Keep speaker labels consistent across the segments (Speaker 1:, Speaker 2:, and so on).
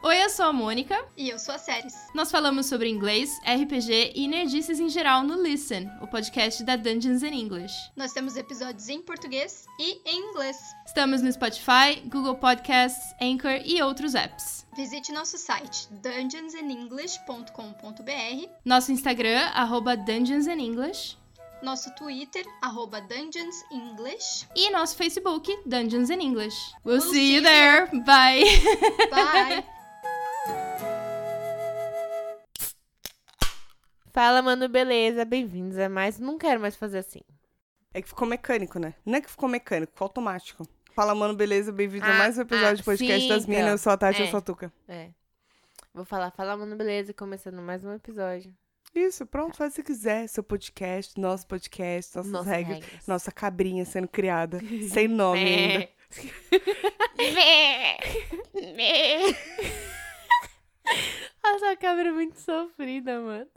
Speaker 1: Oi, eu sou a Mônica.
Speaker 2: E eu sou a Séries.
Speaker 1: Nós falamos sobre inglês, RPG e nerdices em geral no Listen, o podcast da Dungeons in English.
Speaker 2: Nós temos episódios em português e em inglês.
Speaker 1: Estamos no Spotify, Google Podcasts, Anchor e outros apps.
Speaker 2: Visite nosso site dungeonsinenglish.com.br,
Speaker 1: Nosso Instagram, arroba Dungeons in English.
Speaker 2: nosso Twitter, arroba Dungeons English.
Speaker 1: E nosso Facebook, Dungeons in English. We'll,
Speaker 2: We'll
Speaker 1: see you
Speaker 2: see you
Speaker 1: there. Bye.
Speaker 2: Bye!
Speaker 3: Fala, mano, beleza? Bem-vindos a mais. Não quero mais fazer assim.
Speaker 4: É que ficou mecânico, né? Não é que ficou mecânico, ficou automático. Fala, mano, beleza? Bem-vindo a
Speaker 3: Ah,
Speaker 4: mais um episódio
Speaker 3: ah,
Speaker 4: de podcast
Speaker 3: sim,
Speaker 4: das
Speaker 3: então.
Speaker 4: Minas. Eu sou a Tati,
Speaker 3: É.
Speaker 4: eu sou a Tuca.
Speaker 3: É. Vou falar, fala, mano, beleza? Começando mais um episódio.
Speaker 4: Isso, pronto, faz o que quiser. Seu podcast, nosso podcast, nossas
Speaker 3: Nossas
Speaker 4: regras.
Speaker 3: regras. É.
Speaker 4: Nossa cabrinha sendo criada, sem nome ainda.
Speaker 3: Né? A sua câmera é muito sofrida, mano.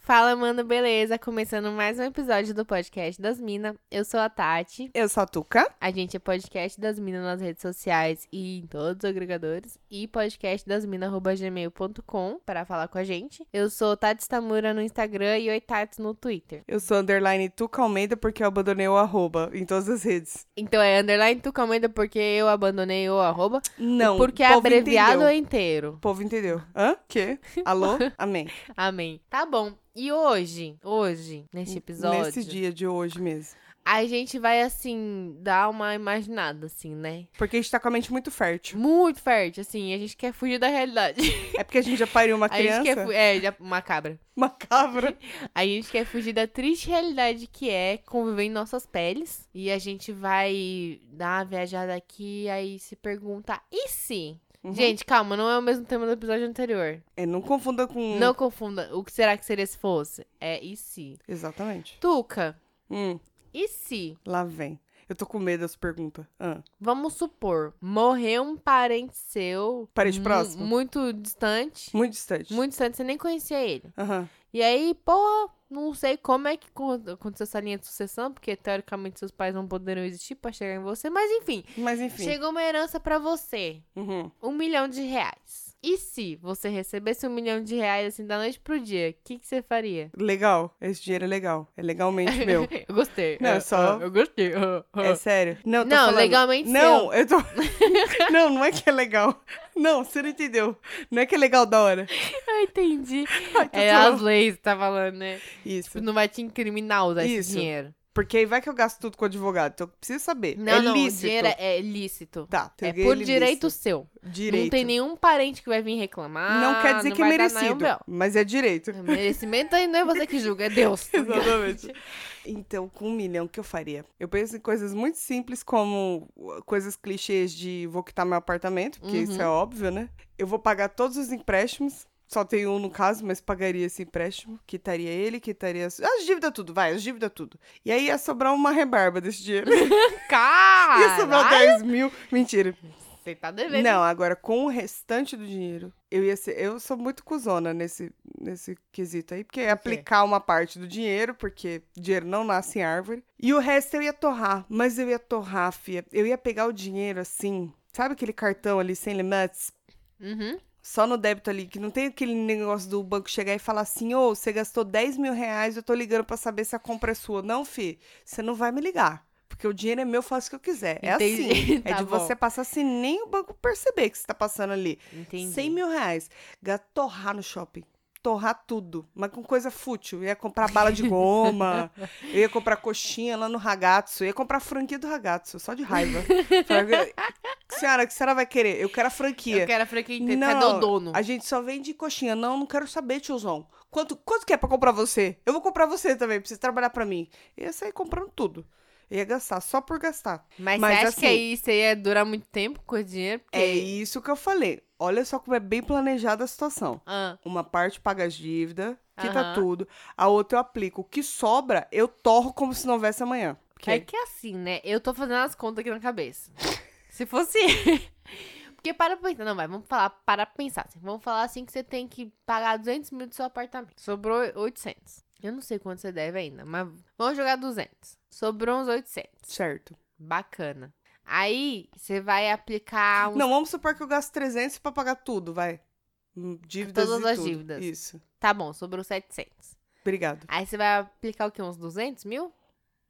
Speaker 3: Fala, mano, beleza? Começando mais um episódio do podcast das Minas. Eu sou a Tati.
Speaker 4: Eu sou a Tuca.
Speaker 3: A gente é podcast das minas nas redes sociais e em todos os agregadores. E podcast das gmail.com para falar com a gente. Eu sou Tati Stamura no Instagram e Oi Tati no Twitter.
Speaker 4: Eu sou underline Tuca Almeida porque eu abandonei o arroba em todas as redes.
Speaker 3: Então é underline tu comenta porque eu abandonei o arroba.
Speaker 4: Não,
Speaker 3: porque
Speaker 4: o
Speaker 3: é
Speaker 4: povo
Speaker 3: abreviado
Speaker 4: entendeu.
Speaker 3: é inteiro.
Speaker 4: O povo entendeu. Hã? Quê? Alô? Amém.
Speaker 3: Amém. Tá bom. E hoje, hoje, neste episódio,
Speaker 4: Nesse dia de hoje mesmo.
Speaker 3: a gente vai assim dar uma imaginada assim, né?
Speaker 4: Porque a gente tá com a mente muito fértil.
Speaker 3: Muito fértil, assim, a gente quer fugir da realidade.
Speaker 4: É porque a gente já pariu uma
Speaker 3: a gente
Speaker 4: criança,
Speaker 3: quer fu- é, já- uma cabra.
Speaker 4: uma cabra.
Speaker 3: A gente quer fugir da triste realidade que é conviver em nossas peles. E a gente vai dar uma viajada aqui, aí se pergunta, e se?
Speaker 4: Uhum.
Speaker 3: Gente, calma, não é o mesmo tema do episódio anterior.
Speaker 4: É, não confunda com.
Speaker 3: Não confunda. O que será que seria se fosse? É e se?
Speaker 4: Exatamente.
Speaker 3: Tuca,
Speaker 4: Hum,
Speaker 3: e se?
Speaker 4: lá vem. Eu tô com medo das perguntas. Ah,
Speaker 3: Vamos supor, morreu um parente seu.
Speaker 4: Parente
Speaker 3: mu-
Speaker 4: próximo?
Speaker 3: Muito distante.
Speaker 4: muito distante.
Speaker 3: Muito distante, você nem conhecia ele.
Speaker 4: Aham.
Speaker 3: E aí, porra, não sei como é que con- aconteceu essa linha de sucessão, porque teoricamente seus pais não poderão existir pra chegar em você, mas enfim,
Speaker 4: Mas enfim.
Speaker 3: chegou uma herança pra você,
Speaker 4: Uhum.
Speaker 3: um milhão de reais. E se você recebesse um milhão de reais assim da noite pro dia, o que, que você faria?
Speaker 4: Legal. Esse dinheiro é legal. É legalmente meu.
Speaker 3: eu gostei.
Speaker 4: Não, é
Speaker 3: Ah, ah,
Speaker 4: só-
Speaker 3: Eu gostei. ah, ah.
Speaker 4: É sério. Não, eu tô
Speaker 3: Não,
Speaker 4: falando-
Speaker 3: legalmente
Speaker 4: Não, eu tô. não, não é que é legal. Não, você não entendeu. Não é que é legal da hora.
Speaker 3: Ah, entendi.
Speaker 4: Ai, tô
Speaker 3: É
Speaker 4: falando.
Speaker 3: as leis que tá falando, né?
Speaker 4: Isso.
Speaker 3: Tipo, não vai te incriminar usar esse
Speaker 4: Isso.
Speaker 3: dinheiro.
Speaker 4: Porque aí vai que eu gasto tudo com advogado. Então eu preciso saber.
Speaker 3: Não,
Speaker 4: é
Speaker 3: não,
Speaker 4: lícito.
Speaker 3: o dinheiro é é lícito.
Speaker 4: Tá,
Speaker 3: É
Speaker 4: peguei
Speaker 3: por
Speaker 4: ele
Speaker 3: direito
Speaker 4: lícito.
Speaker 3: seu.
Speaker 4: Direito.
Speaker 3: Não tem nenhum parente que vai vir reclamar.
Speaker 4: Não quer dizer que é
Speaker 3: vai dar nada,
Speaker 4: merecido,
Speaker 3: não.
Speaker 4: mas é direito.
Speaker 3: É Merecimento aí não é você que julga, é Deus.
Speaker 4: Exatamente. Então, com um milhão, o que eu faria? Eu penso em coisas muito simples, como uh, coisas clichês de vou quitar meu apartamento, porque isso é óbvio, né? Eu vou pagar todos os empréstimos. Só tem um no caso, mas pagaria esse empréstimo. Quitaria ele, quitaria... As as dívidas tudo, vai, as dívidas tudo. E aí ia sobrar uma rebarba desse dinheiro. ia sobrar
Speaker 3: Cara,
Speaker 4: 10 mil. Mentira.
Speaker 3: você tá devendo.
Speaker 4: Não, agora com o restante do dinheiro, eu ia ser. Eu sou muito cuzona nesse, nesse quesito aí, porque é aplicar uma parte do dinheiro, porque dinheiro não nasce em árvore. E o resto eu ia torrar, mas eu ia torrar, fia. Eu ia pegar o dinheiro assim, sabe aquele cartão ali sem limites?
Speaker 3: Uhum.
Speaker 4: Só no débito ali, que não tem aquele negócio do banco chegar e falar assim: ô, você gastou 10 mil reais, eu tô ligando pra saber se a compra é sua. Não, fi, você não vai me ligar. Porque o dinheiro é meu, eu faço o que eu quiser. É
Speaker 3: Entendi.
Speaker 4: assim. É
Speaker 3: Tá
Speaker 4: de
Speaker 3: bom.
Speaker 4: você passar sem nem o banco perceber que você tá passando ali.
Speaker 3: Entendi.
Speaker 4: 100 mil reais. Ga- Torrar no shopping. Torrar tudo. Mas com coisa fútil. Eu ia comprar bala de goma. eu ia comprar coxinha lá no ragazzo. Eu ia comprar a franquia do ragazzo. Só de raiva. Falava, senhora, o que a senhora vai querer? Eu quero a franquia.
Speaker 3: Eu quero a franquia inteira.
Speaker 4: Não,
Speaker 3: Cadê o dono?
Speaker 4: A gente só vende coxinha. Não, não quero saber, tiozão. Quanto, quanto que é pra comprar você? Eu vou comprar você também, pra você trabalhar pra mim. Eu ia sair comprando tudo. Eu ia gastar, só por gastar.
Speaker 3: Mas,
Speaker 4: mas
Speaker 3: você acha
Speaker 4: assim-
Speaker 3: que aí você ia durar muito tempo com esse dinheiro? Porque...
Speaker 4: É isso que eu falei. Olha só como é bem planejada a situação.
Speaker 3: Ah,
Speaker 4: Uma parte paga as dívidas, quita
Speaker 3: Aham.
Speaker 4: tudo. A outra eu aplico. O que sobra, eu torro como se não houvesse amanhã. Porque
Speaker 3: É que é assim, né? Eu tô fazendo as contas aqui na cabeça. Se fosse. Porque Porque para pra pensar, não, vai, vamos falar, para pra pensar. assim, Vamos falar assim que você tem que pagar 200 mil do seu apartamento. Sobrou 800. Eu não sei quanto você deve ainda, mas vamos jogar 200. Sobrou uns 800.
Speaker 4: é Certo.
Speaker 3: Bacana. Aí, você vai aplicar uns...
Speaker 4: Não, vamos supor que eu gasto 300 pra pagar tudo, vai. Hum, Dívidas
Speaker 3: Todas
Speaker 4: e
Speaker 3: as
Speaker 4: tudo.
Speaker 3: dívidas.
Speaker 4: Isso.
Speaker 3: Tá bom, sobrou 700.
Speaker 4: Obrigado.
Speaker 3: Aí você vai aplicar o quê? Uns 200 mil?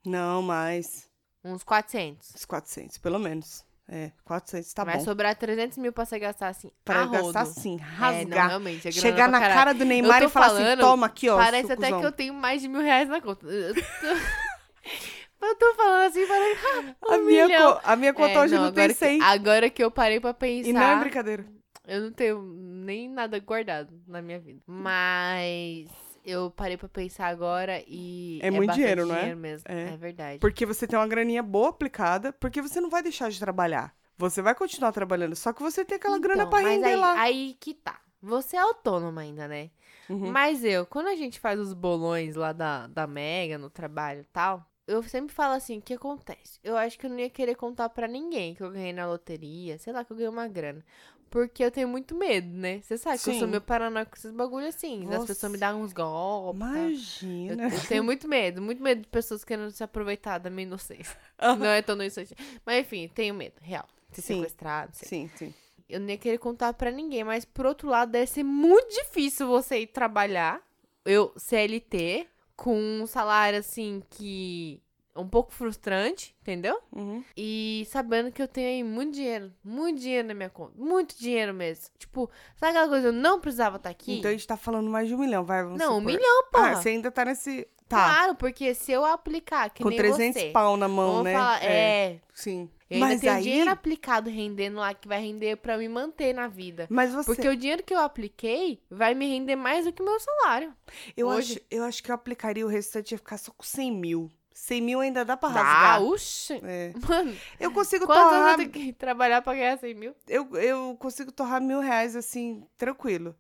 Speaker 4: Não, mais
Speaker 3: Uns 400.
Speaker 4: uns 400, pelo menos. É, 400 tá
Speaker 3: vai
Speaker 4: bom.
Speaker 3: sobrar 300 mil pra você gastar assim.
Speaker 4: Pra
Speaker 3: a
Speaker 4: eu gastar
Speaker 3: rodo.
Speaker 4: assim,
Speaker 3: É, não,
Speaker 4: rasgar.
Speaker 3: realmente. é grana pra
Speaker 4: chegar na
Speaker 3: caralho.
Speaker 4: cara do Neymar
Speaker 3: tô
Speaker 4: e falar
Speaker 3: falando,
Speaker 4: assim, toma aqui, ó.
Speaker 3: Parece
Speaker 4: seu
Speaker 3: até que
Speaker 4: cuzão.
Speaker 3: eu tenho mais de mil reais na conta. Eu tô, eu tô falando assim, parece. Ah, um
Speaker 4: A minha,
Speaker 3: milhão.
Speaker 4: co- a minha conta hoje não,
Speaker 3: É, agora
Speaker 4: tem 100.
Speaker 3: Que, agora que eu parei pra pensar,
Speaker 4: E não é brincadeira.
Speaker 3: eu não tenho nem nada guardado na minha vida. Mas eu parei pra pensar agora e.
Speaker 4: É muito
Speaker 3: bastante
Speaker 4: dinheiro, não é?
Speaker 3: dinheiro mesmo.
Speaker 4: É.
Speaker 3: É, verdade.
Speaker 4: Porque você tem uma graninha boa aplicada, porque você não vai deixar de trabalhar. Você vai continuar trabalhando, só que você tem aquela grana
Speaker 3: Então,
Speaker 4: pra
Speaker 3: mas
Speaker 4: render
Speaker 3: aí,
Speaker 4: lá.
Speaker 3: Aí que tá. Você é autônoma ainda, né?
Speaker 4: Uhum.
Speaker 3: Mas eu, quando a gente faz os bolões lá da, da Mega, no trabalho e tal, eu sempre falo assim, o que acontece? Eu acho que eu não ia querer contar pra ninguém que eu ganhei na loteria, sei lá, que eu ganhei uma grana. Porque eu tenho muito medo, né? Você sabe que eu
Speaker 4: Sim.
Speaker 3: sou meio paranoico com esses bagulho assim. As
Speaker 4: Você-
Speaker 3: pessoas me dão uns golpes. tá? Eu,
Speaker 4: Imagina.
Speaker 3: eu tenho muito medo, muito medo de pessoas querendo se aproveitar da minha inocência.
Speaker 4: Ah.
Speaker 3: não é tão inocente. Mas enfim, tenho medo, real. De Ser
Speaker 4: Sim.
Speaker 3: sequestrado, sei
Speaker 4: Sim, sim.
Speaker 3: eu nem ia querer contar pra ninguém, mas por outro lado, deve ser muito difícil você ir trabalhar, eu CLT, com um salário assim que é um pouco frustrante, entendeu?
Speaker 4: Uhum.
Speaker 3: E sabendo que eu tenho aí muito dinheiro, muito dinheiro na minha conta, muito dinheiro mesmo. Tipo, sabe aquela coisa, eu não precisava estar aqui?
Speaker 4: Então a gente tá falando mais de um milhão, vai, vamos
Speaker 3: não, um
Speaker 4: supor.
Speaker 3: milhão,
Speaker 4: Ah,
Speaker 3: porra.
Speaker 4: você ainda tá nesse... Tá,
Speaker 3: Claro, porque se eu aplicar, que
Speaker 4: com
Speaker 3: nem
Speaker 4: 300
Speaker 3: você,
Speaker 4: pau na mão,
Speaker 3: vamos
Speaker 4: né?
Speaker 3: falar, é,
Speaker 4: Sim.
Speaker 3: eu ainda
Speaker 4: Mas
Speaker 3: tenho
Speaker 4: aí...
Speaker 3: dinheiro aplicado rendendo lá, que vai render pra me manter na vida.
Speaker 4: Mas você...
Speaker 3: Porque o dinheiro que eu apliquei vai me render mais do que o meu salário.
Speaker 4: Eu,
Speaker 3: hoje-
Speaker 4: acho, eu acho que eu aplicaria o restante ia ficar só com 100 mil. 100 mil ainda dá pra
Speaker 3: Ah,
Speaker 4: rasgar.
Speaker 3: uxi.
Speaker 4: É.
Speaker 3: Mano,
Speaker 4: Eu consigo
Speaker 3: quantos anos eu
Speaker 4: torrar...
Speaker 3: tenho que trabalhar pra ganhar 100 mil?
Speaker 4: Eu, eu consigo torrar mil reais, assim, tranquilo.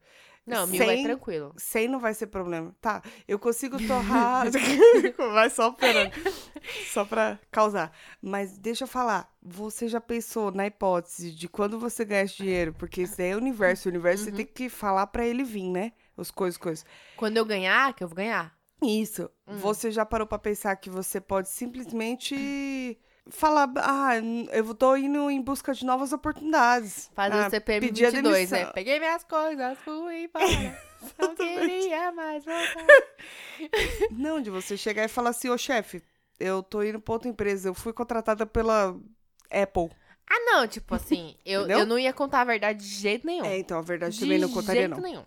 Speaker 3: Não, mil é
Speaker 4: 100
Speaker 3: tranquilo.
Speaker 4: 100 não vai ser problema. Tá, eu consigo torrar. vai só pra, só pra causar. Mas deixa eu falar, você já pensou na hipótese de quando você ganha esse dinheiro? Porque isso daí é o universo. O universo
Speaker 3: Uhum.
Speaker 4: você tem que falar pra ele vir, né? Os coisas, coisas.
Speaker 3: Quando eu ganhar, que eu vou ganhar.
Speaker 4: Isso.
Speaker 3: Hum.
Speaker 4: Você já parou pra pensar que você pode simplesmente falar, ah, eu tô indo em busca de novas oportunidades.
Speaker 3: Fazer
Speaker 4: ah,
Speaker 3: o CPM
Speaker 4: pedir a
Speaker 3: 22, né?
Speaker 4: demissão.
Speaker 3: Peguei minhas coisas, fui embora. Não queria mais voltar.
Speaker 4: Não, de você chegar e falar assim, ô chefe, eu tô indo pra outra empresa, eu fui contratada pela Apple.
Speaker 3: Ah, não, tipo assim, eu,
Speaker 4: Entendeu?
Speaker 3: eu não ia contar a verdade de jeito nenhum.
Speaker 4: É, então, a verdade
Speaker 3: de
Speaker 4: também não contaria,
Speaker 3: jeito
Speaker 4: não.
Speaker 3: nenhum.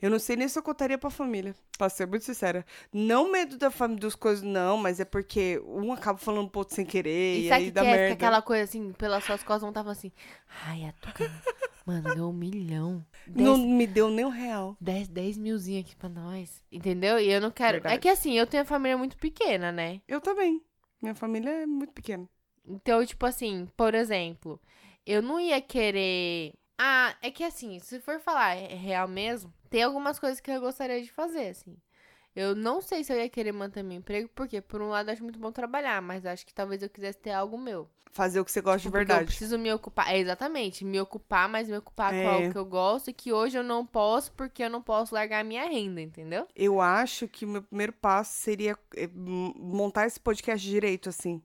Speaker 4: Eu não sei nem se eu contaria pra família, pra ser muito sincera. Não medo da família, dos coisas, não, mas é porque um acaba falando um pouco sem querer e,
Speaker 3: E sabe
Speaker 4: aí
Speaker 3: o que,
Speaker 4: dá
Speaker 3: é? Fica
Speaker 4: merda.
Speaker 3: aquela coisa assim, pelas suas costas vão estar falando assim, ai, a Tuca, mano, ganhou um milhão. Dez
Speaker 4: Não me deu nem um real.
Speaker 3: 10, 10 milzinho aqui pra nós. Entendeu? E eu não quero. É
Speaker 4: Verdade.
Speaker 3: que assim, eu tenho a família muito pequena, né?
Speaker 4: Eu também. Minha família é muito pequena.
Speaker 3: Então, tipo assim, por exemplo, eu não ia querer. Ah, é que assim, se for falar é real mesmo, tem algumas coisas que eu gostaria de fazer, assim. Eu não sei se eu ia querer manter meu emprego, porque por um lado eu acho muito bom trabalhar, mas acho que talvez eu quisesse ter algo meu.
Speaker 4: Fazer o que você gosta de
Speaker 3: Tipo, porque Eu
Speaker 4: verdade.
Speaker 3: preciso me ocupar. É, exatamente. Me ocupar, mas me ocupar
Speaker 4: É.
Speaker 3: com algo que eu gosto e que hoje eu não posso, porque eu não posso largar a minha renda, entendeu?
Speaker 4: Eu acho que o meu primeiro passo seria eh, m- montar esse podcast direito, assim.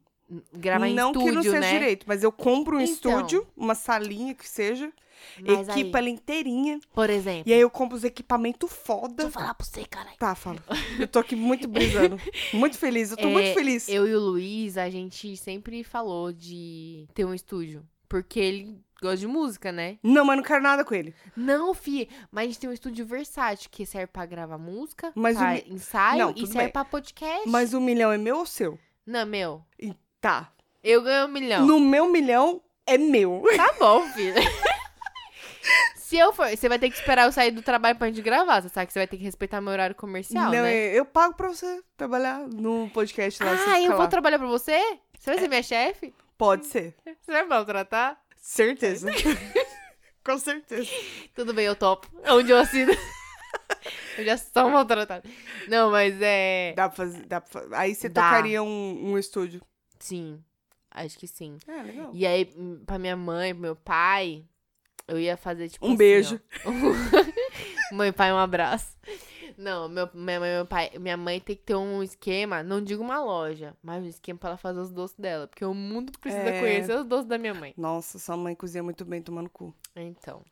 Speaker 3: Gravar em
Speaker 4: não
Speaker 3: estúdio,
Speaker 4: que não seja
Speaker 3: né?
Speaker 4: direito, mas eu compro um
Speaker 3: Então.
Speaker 4: estúdio, uma salinha que seja,
Speaker 3: Mas aí,
Speaker 4: equipa ela inteirinha.
Speaker 3: por exemplo,
Speaker 4: E aí eu compro os equipamentos
Speaker 3: deixa eu
Speaker 4: foda.
Speaker 3: falar pra você, caralho.
Speaker 4: Tá, fala. Eu tô aqui muito brisando. muito feliz, eu tô
Speaker 3: É,
Speaker 4: muito feliz.
Speaker 3: Eu e o Luiz, a gente sempre falou de ter um estúdio. Porque ele gosta de música, né?
Speaker 4: Não, mas não quero nada com ele.
Speaker 3: Não, fi, mas a gente tem um estúdio versátil que serve pra gravar música,
Speaker 4: Mas o
Speaker 3: pra
Speaker 4: mi-
Speaker 3: ensaio
Speaker 4: Não,
Speaker 3: e
Speaker 4: tudo
Speaker 3: serve
Speaker 4: bem.
Speaker 3: pra podcast.
Speaker 4: Mas o milhão é meu ou seu?
Speaker 3: Não, meu,
Speaker 4: Tá.
Speaker 3: eu ganho um milhão.
Speaker 4: No meu milhão é meu.
Speaker 3: Tá bom, filho. Se eu for, você vai ter que esperar eu sair do trabalho pra gente gravar, você sabe que você vai ter que respeitar meu horário comercial,
Speaker 4: não, é,
Speaker 3: né?
Speaker 4: eu, eu pago pra você trabalhar no podcast lá. você
Speaker 3: ah,
Speaker 4: fica
Speaker 3: eu vou
Speaker 4: lá.
Speaker 3: trabalhar pra você? Você vai ser minha chefe?
Speaker 4: Pode ser.
Speaker 3: Você vai me maltratar?
Speaker 4: Certeza. com certeza.
Speaker 3: Tudo bem, eu topo. É Onde eu assino? eu já sou maltratada. Não, mas é...
Speaker 4: Dá pra fazer. Dá pra... fa- Aí você
Speaker 3: Dá.
Speaker 4: tocaria um, um estúdio.
Speaker 3: Sim, acho que sim.
Speaker 4: É, legal.
Speaker 3: E aí, hum, pra minha mãe, pro meu pai, Eu ia fazer tipo
Speaker 4: Um
Speaker 3: assim,
Speaker 4: beijo.
Speaker 3: ó. mãe, pai, um abraço. Não, meu, minha mãe, meu pai, minha mãe tem que ter um esquema, não digo uma loja, mas um esquema pra ela fazer os doces dela, porque o mundo precisa
Speaker 4: É.
Speaker 3: conhecer os doces da minha mãe.
Speaker 4: Nossa, sua mãe cozinha muito bem tomando cu.
Speaker 3: Então.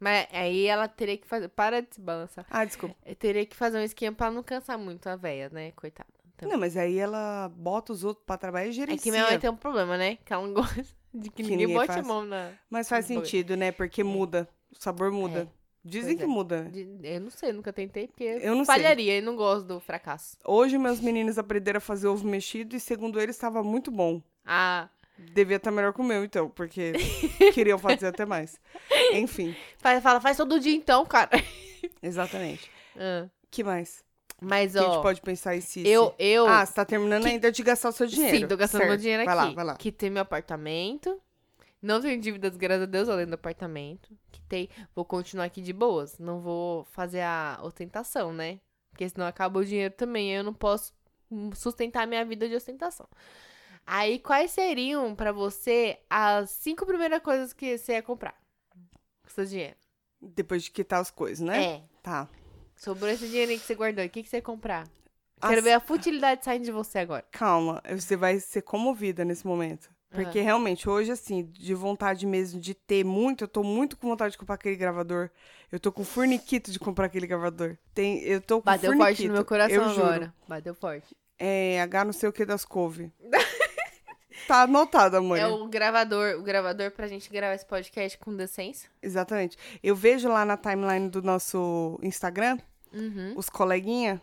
Speaker 3: Mas aí ela teria que fazer, para de se balançar.
Speaker 4: Ah, desculpa.
Speaker 3: Eu teria que fazer um esquema pra não cansar muito a véia, né, coitada. Então,
Speaker 4: Não, mas aí ela bota os outros pra trabalhar e
Speaker 3: é
Speaker 4: gerencia.
Speaker 3: que minha mãe tem um problema, né? Que ela não gosta de que,
Speaker 4: Que
Speaker 3: ninguém
Speaker 4: ninguém
Speaker 3: bote a
Speaker 4: faça.
Speaker 3: mão na.
Speaker 4: Mas faz
Speaker 3: Boi.
Speaker 4: sentido, né? Porque muda. O sabor muda.
Speaker 3: É.
Speaker 4: Dizem
Speaker 3: Pois
Speaker 4: que
Speaker 3: é.
Speaker 4: muda. né?
Speaker 3: de- Eu não sei, nunca tentei, porque
Speaker 4: Eu não sei.
Speaker 3: falharia e não gosto do fracasso.
Speaker 4: Hoje meus meninos aprenderam a fazer ovo mexido e segundo eles estava muito bom.
Speaker 3: Ah,
Speaker 4: Devia estar melhor que o meu, então, porque queriam fazer até mais. Enfim,
Speaker 3: faz- fala, faz todo dia então, cara.
Speaker 4: exatamente.
Speaker 3: Ah,
Speaker 4: que mais?
Speaker 3: Mas,
Speaker 4: que a gente
Speaker 3: ó,
Speaker 4: pode pensar em si?
Speaker 3: eu, eu...
Speaker 4: Ah, você tá terminando ainda de gastar o seu dinheiro.
Speaker 3: Sim, tô gastando
Speaker 4: Certo.
Speaker 3: meu dinheiro aqui.
Speaker 4: Vai lá, vai lá.
Speaker 3: Que tem meu apartamento. Não tenho dívidas, graças a Deus, além do apartamento. Que tem. Vou continuar aqui de boas. Não vou fazer a ostentação, né? Porque senão acaba o dinheiro também. Eu não posso hum, sustentar minha vida de ostentação. Aí, quais seriam pra você as cinco primeiras coisas que você ia comprar? Com seu dinheiro.
Speaker 4: Depois de quitar as coisas, né?
Speaker 3: É.
Speaker 4: Tá.
Speaker 3: Sobrou esse dinheirinho que você guardou. O que, que você ia comprar?
Speaker 4: As-
Speaker 3: Quero ver a futilidade saindo de você agora.
Speaker 4: Calma, você vai ser comovida nesse momento. Porque realmente, hoje, assim, de vontade mesmo de ter muito, eu tô muito com vontade de comprar aquele gravador. Eu tô com forniquito de comprar aquele gravador. Tem, eu tô com
Speaker 3: Bateu
Speaker 4: forniquito.
Speaker 3: forte no meu coração
Speaker 4: eu juro.
Speaker 3: agora. Bateu forte.
Speaker 4: É, H não sei o que das couve. tá anotada, mãe.
Speaker 3: É o gravador, o gravador pra gente gravar esse podcast com decência.
Speaker 4: Exatamente. Eu vejo lá na timeline do nosso Instagram,
Speaker 3: Uhum.
Speaker 4: os coleguinha,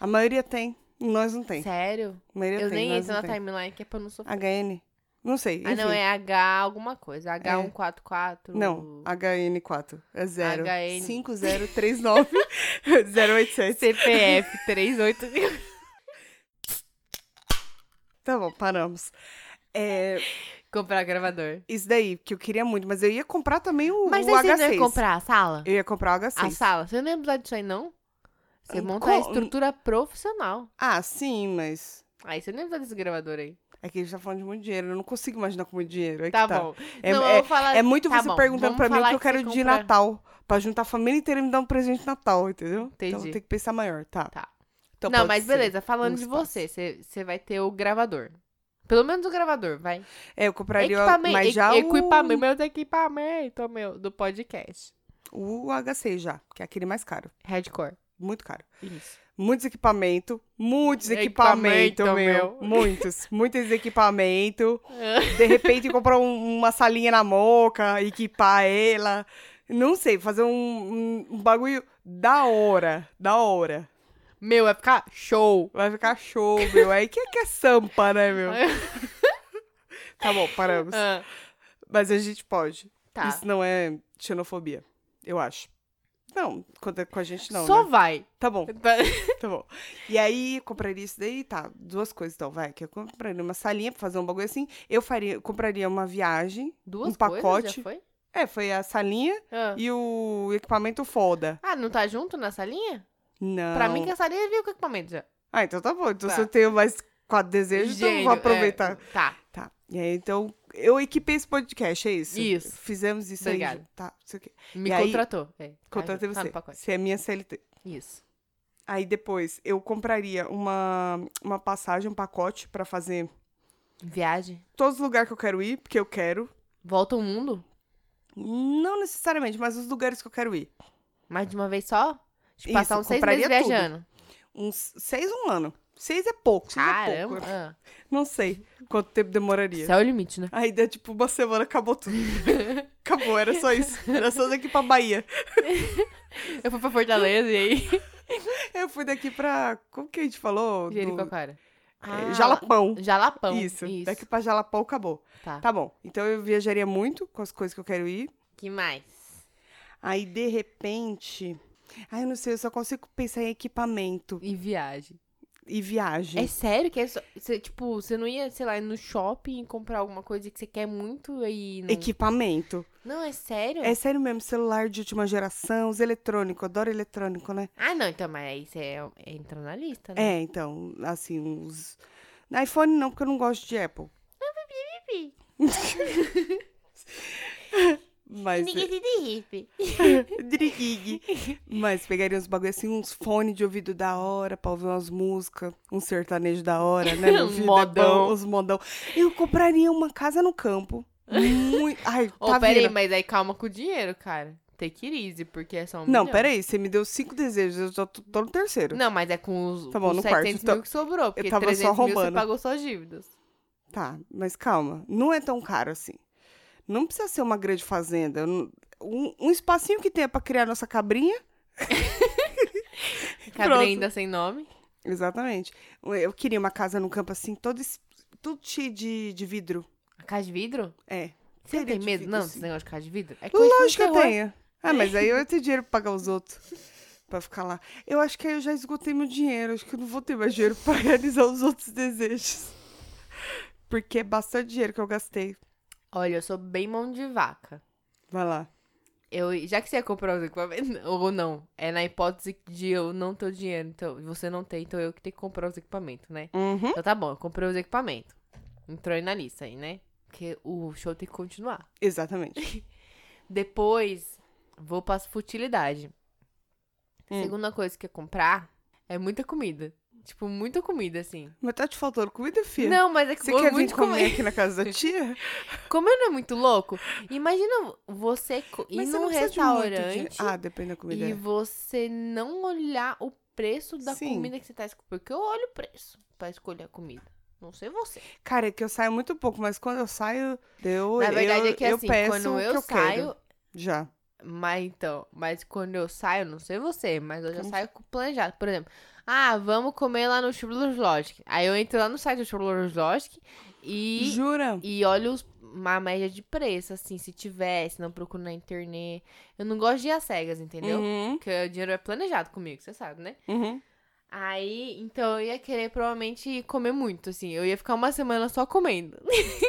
Speaker 4: a maioria tem, nós não tem.
Speaker 3: Sério?
Speaker 4: A maioria
Speaker 3: Eu,
Speaker 4: tem,
Speaker 3: nem
Speaker 4: nós
Speaker 3: entro
Speaker 4: não
Speaker 3: na
Speaker 4: tem.
Speaker 3: timeline que é pra eu não sofrer.
Speaker 4: HN. Não sei, enfim.
Speaker 3: Ah, não, é H um alguma coisa.
Speaker 4: É.
Speaker 3: H144.
Speaker 4: Não, HN4. É 0.
Speaker 3: HN.
Speaker 4: 5039 087.
Speaker 3: CPF 38.
Speaker 4: Tá bom, paramos. É,
Speaker 3: comprar gravador.
Speaker 4: isso daí, que eu queria muito, mas eu ia comprar também o,
Speaker 3: Mas
Speaker 4: o
Speaker 3: aí você
Speaker 4: H6.
Speaker 3: não ia comprar Ah, a sala?
Speaker 4: Eu ia comprar o H6.
Speaker 3: A sala. Você não ia precisar disso aí, não? Você
Speaker 4: Hum,
Speaker 3: monta
Speaker 4: co-
Speaker 3: a estrutura profissional.
Speaker 4: Ah, sim, mas.
Speaker 3: Aí você nem precisa desse gravador aí.
Speaker 4: É que a gente tá falando de muito dinheiro. Eu não consigo imaginar com muito dinheiro. É
Speaker 3: Tá,
Speaker 4: que tá.
Speaker 3: bom.
Speaker 4: É,
Speaker 3: não,
Speaker 4: é-
Speaker 3: eu vou falar...
Speaker 4: é muito
Speaker 3: tá
Speaker 4: você
Speaker 3: bom, vamos
Speaker 4: perguntando pra mim o
Speaker 3: falar
Speaker 4: que eu quero
Speaker 3: você
Speaker 4: de
Speaker 3: comprar.
Speaker 4: Natal. Pra juntar a família inteira e me dar um presente de Natal, entendeu? Então
Speaker 3: Entendi.
Speaker 4: tem que pensar maior, tá.
Speaker 3: Tá.
Speaker 4: Então,
Speaker 3: não,
Speaker 4: pode
Speaker 3: mas
Speaker 4: ser.
Speaker 3: beleza, falando
Speaker 4: um
Speaker 3: de
Speaker 4: espaço.
Speaker 3: você, você você vai ter o gravador. Pelo menos o gravador, vai.
Speaker 4: É, eu compraria o-
Speaker 3: Equipamento,
Speaker 4: mas já o-
Speaker 3: equipamento, meus equipamentos, meu, do podcast.
Speaker 4: o H6 já, que é aquele mais caro.
Speaker 3: Hardcore.
Speaker 4: Muito caro.
Speaker 3: Isso.
Speaker 4: Muitos equipamentos, muitos
Speaker 3: Equipamento,
Speaker 4: equipamentos, meu.
Speaker 3: meu.
Speaker 4: Muitos, muitos equipamentos. De repente, comprar um- uma salinha na moca, equipar ela. Não sei, fazer um, um- um bagulho da hora, da hora.
Speaker 3: Meu, vai ficar show.
Speaker 4: Vai ficar show, meu. Aí que que é sampa, né, meu? Tá bom, paramos.
Speaker 3: Ah,
Speaker 4: Mas a gente pode.
Speaker 3: tá.
Speaker 4: Isso não é xenofobia, eu acho. Não, quando é com a gente não,
Speaker 3: Só
Speaker 4: né?
Speaker 3: vai.
Speaker 4: Tá bom.
Speaker 3: Tá.
Speaker 4: Tá bom. E aí, compraria isso daí, tá. Duas coisas, então, vai. Que eu compraria uma salinha pra fazer um bagulho assim. Eu faria, eu compraria uma viagem.
Speaker 3: Duas
Speaker 4: Um pacote.
Speaker 3: coisas já foi?
Speaker 4: É, foi a salinha
Speaker 3: Ah.
Speaker 4: e o equipamento foda.
Speaker 3: Ah, não tá junto na salinha?
Speaker 4: Não.
Speaker 3: Pra mim que a salinha viu com o equipamento já.
Speaker 4: Ah, então tá bom. Então
Speaker 3: Tá.
Speaker 4: se eu tenho mais quatro desejos, então eu
Speaker 3: Gênio,
Speaker 4: vou
Speaker 3: é.
Speaker 4: aproveitar.
Speaker 3: Tá.
Speaker 4: Tá. E aí, então, eu equipei esse podcast, é isso?
Speaker 3: Isso.
Speaker 4: Fizemos isso aí.
Speaker 3: Obrigada.
Speaker 4: Tá, não sei o quê.
Speaker 3: Me
Speaker 4: E aí,
Speaker 3: contratou. É, tá
Speaker 4: Contratei
Speaker 3: junto, tá
Speaker 4: você.
Speaker 3: no pacote.
Speaker 4: você é minha CLT.
Speaker 3: Isso.
Speaker 4: Aí depois eu compraria uma, uma passagem, um pacote pra fazer
Speaker 3: Viagem.
Speaker 4: todos os lugares que eu quero ir, porque eu quero.
Speaker 3: Volta ao mundo?
Speaker 4: Não necessariamente, mas os lugares que eu quero ir.
Speaker 3: Mais de uma vez só?
Speaker 4: Isso,
Speaker 3: Tipo, passar uns seis meses
Speaker 4: compraria tudo.
Speaker 3: viajando.
Speaker 4: Uns seis, um ano. Seis é pouco, seis
Speaker 3: Caramba.
Speaker 4: é pouco.
Speaker 3: Ah,
Speaker 4: Não sei quanto tempo demoraria.
Speaker 3: Esse é o limite, né?
Speaker 4: Aí deu tipo uma semana, acabou tudo. acabou, era só isso. Era só daqui pra Bahia.
Speaker 3: Eu fui pra Fortaleza e aí.
Speaker 4: Eu fui daqui pra. Como que a gente falou? Do-
Speaker 3: Jericoacoara.
Speaker 4: é,
Speaker 3: Ah,
Speaker 4: Jalapão.
Speaker 3: Jalapão.
Speaker 4: Isso.
Speaker 3: Isso.
Speaker 4: Daqui pra Jalapão acabou.
Speaker 3: Tá.
Speaker 4: Tá bom. Então eu viajaria muito com as coisas que eu quero ir.
Speaker 3: Que mais?
Speaker 4: Aí, de repente. Ai, eu não sei, eu só consigo pensar em equipamento
Speaker 3: E viagem.
Speaker 4: e viagem.
Speaker 3: É sério que é só. Você, tipo, você não ia, sei lá, ir no shopping e comprar alguma coisa que você quer muito aí. Não,
Speaker 4: Equipamento.
Speaker 3: não é sério?
Speaker 4: É sério mesmo, celular de última geração, os eletrônicos, adoro eletrônico, né?
Speaker 3: Ah, não, então, mas aí você é- é- entra na lista, né?
Speaker 4: É, então, assim, uns. Na iPhone não, porque eu não gosto de Apple. Mas, é- mas pegaria uns bagulho assim, uns fones de ouvido da hora pra ouvir umas músicas, um sertanejo da hora, né? Meu
Speaker 3: Uns
Speaker 4: filho é
Speaker 3: modão.
Speaker 4: bom, uns modão. Eu compraria uma casa no campo. Muito. Ai,
Speaker 3: Ô,
Speaker 4: tá
Speaker 3: peraí,
Speaker 4: vendo?
Speaker 3: mas Oh, aí calma com o dinheiro, cara. Take it easy, porque é só um
Speaker 4: Não,
Speaker 3: milhão.
Speaker 4: peraí, você me deu cinco desejos, eu já tô, tô no terceiro.
Speaker 3: Não, mas é com os,
Speaker 4: Tá bom,
Speaker 3: com
Speaker 4: no
Speaker 3: os
Speaker 4: quarto,
Speaker 3: 700
Speaker 4: então.
Speaker 3: mil que sobrou, porque
Speaker 4: tava
Speaker 3: 300
Speaker 4: só
Speaker 3: mil você
Speaker 4: roubando.
Speaker 3: pagou suas dívidas.
Speaker 4: Tá, mas calma, não é tão caro assim. Não precisa ser uma grande fazenda. Um, um espacinho que tenha pra criar nossa cabrinha.
Speaker 3: Cabrinha ainda
Speaker 4: assim
Speaker 3: sem nome.
Speaker 4: Exatamente. Um, Eu queria uma casa no campo assim, todo, es- tudo cheio de, de vidro.
Speaker 3: A casa de vidro?
Speaker 4: É.
Speaker 3: Você não
Speaker 4: Teria
Speaker 3: tem
Speaker 4: de
Speaker 3: medo,
Speaker 4: vidro,
Speaker 3: não,
Speaker 4: sim.
Speaker 3: desse negócio de casa de vidro? É coisa de filme de
Speaker 4: Lógico que eu
Speaker 3: terror.
Speaker 4: tenho. Ah, mas aí eu tenho dinheiro pra pagar os outros. Pra ficar lá. Eu acho que aí eu já esgotei meu dinheiro. Acho que eu não vou ter mais dinheiro pra realizar os outros desejos. Porque é bastante dinheiro que eu gastei.
Speaker 3: Olha, eu sou bem mão de vaca.
Speaker 4: Vai lá.
Speaker 3: Eu, já que você ia comprar os equipamentos, ou não, é na hipótese de eu não ter o dinheiro, então você não tem, então eu que tenho que comprar os equipamentos, né?
Speaker 4: Uhum.
Speaker 3: Então tá bom, eu comprei os equipamentos. Entrou aí na lista aí, né? Porque o show tem que continuar.
Speaker 4: Exatamente.
Speaker 3: Depois, vou para as futilidade.
Speaker 4: Hum.
Speaker 3: Segunda coisa que eu comprar é muita comida. Tipo, muita comida, assim.
Speaker 4: Mas tá te faltando comida, filha?
Speaker 3: Não, mas é que
Speaker 4: Você
Speaker 3: eu
Speaker 4: quer
Speaker 3: muito
Speaker 4: vir
Speaker 3: comer.
Speaker 4: comer aqui na casa da tia?
Speaker 3: Como eu não é muito louco, imagina você co- ir
Speaker 4: Mas você
Speaker 3: num
Speaker 4: não precisa de muito dinheiro.
Speaker 3: restaurante
Speaker 4: Ah, depende da comida.
Speaker 3: e
Speaker 4: é.
Speaker 3: você não olhar o preço da
Speaker 4: Sim.
Speaker 3: comida que você tá escolhendo. Porque eu olho o preço pra escolher a comida. Não sei você.
Speaker 4: Cara, é que eu saio muito pouco, mas quando eu saio, eu,
Speaker 3: Na verdade
Speaker 4: eu,
Speaker 3: é que
Speaker 4: eu
Speaker 3: assim,
Speaker 4: peço
Speaker 3: quando
Speaker 4: o
Speaker 3: eu,
Speaker 4: que eu
Speaker 3: saio.
Speaker 4: quero. Já.
Speaker 3: Mas então, mas quando eu saio, não sei você, mas eu já saio com planejado. Por exemplo, ah, vamos comer lá no Churros Logic. Aí eu entro lá no site do Churros Logic
Speaker 4: Uhum.
Speaker 3: e
Speaker 4: Jura?
Speaker 3: E olho os- uma média de preço, assim, se tiver, se não procuro na internet. Eu não gosto de ir às cegas, entendeu?
Speaker 4: Uhum,
Speaker 3: Porque o dinheiro é planejado comigo, você sabe, né?
Speaker 4: uhum.
Speaker 3: Aí, então eu ia querer provavelmente comer muito, assim. Eu ia ficar uma semana só comendo.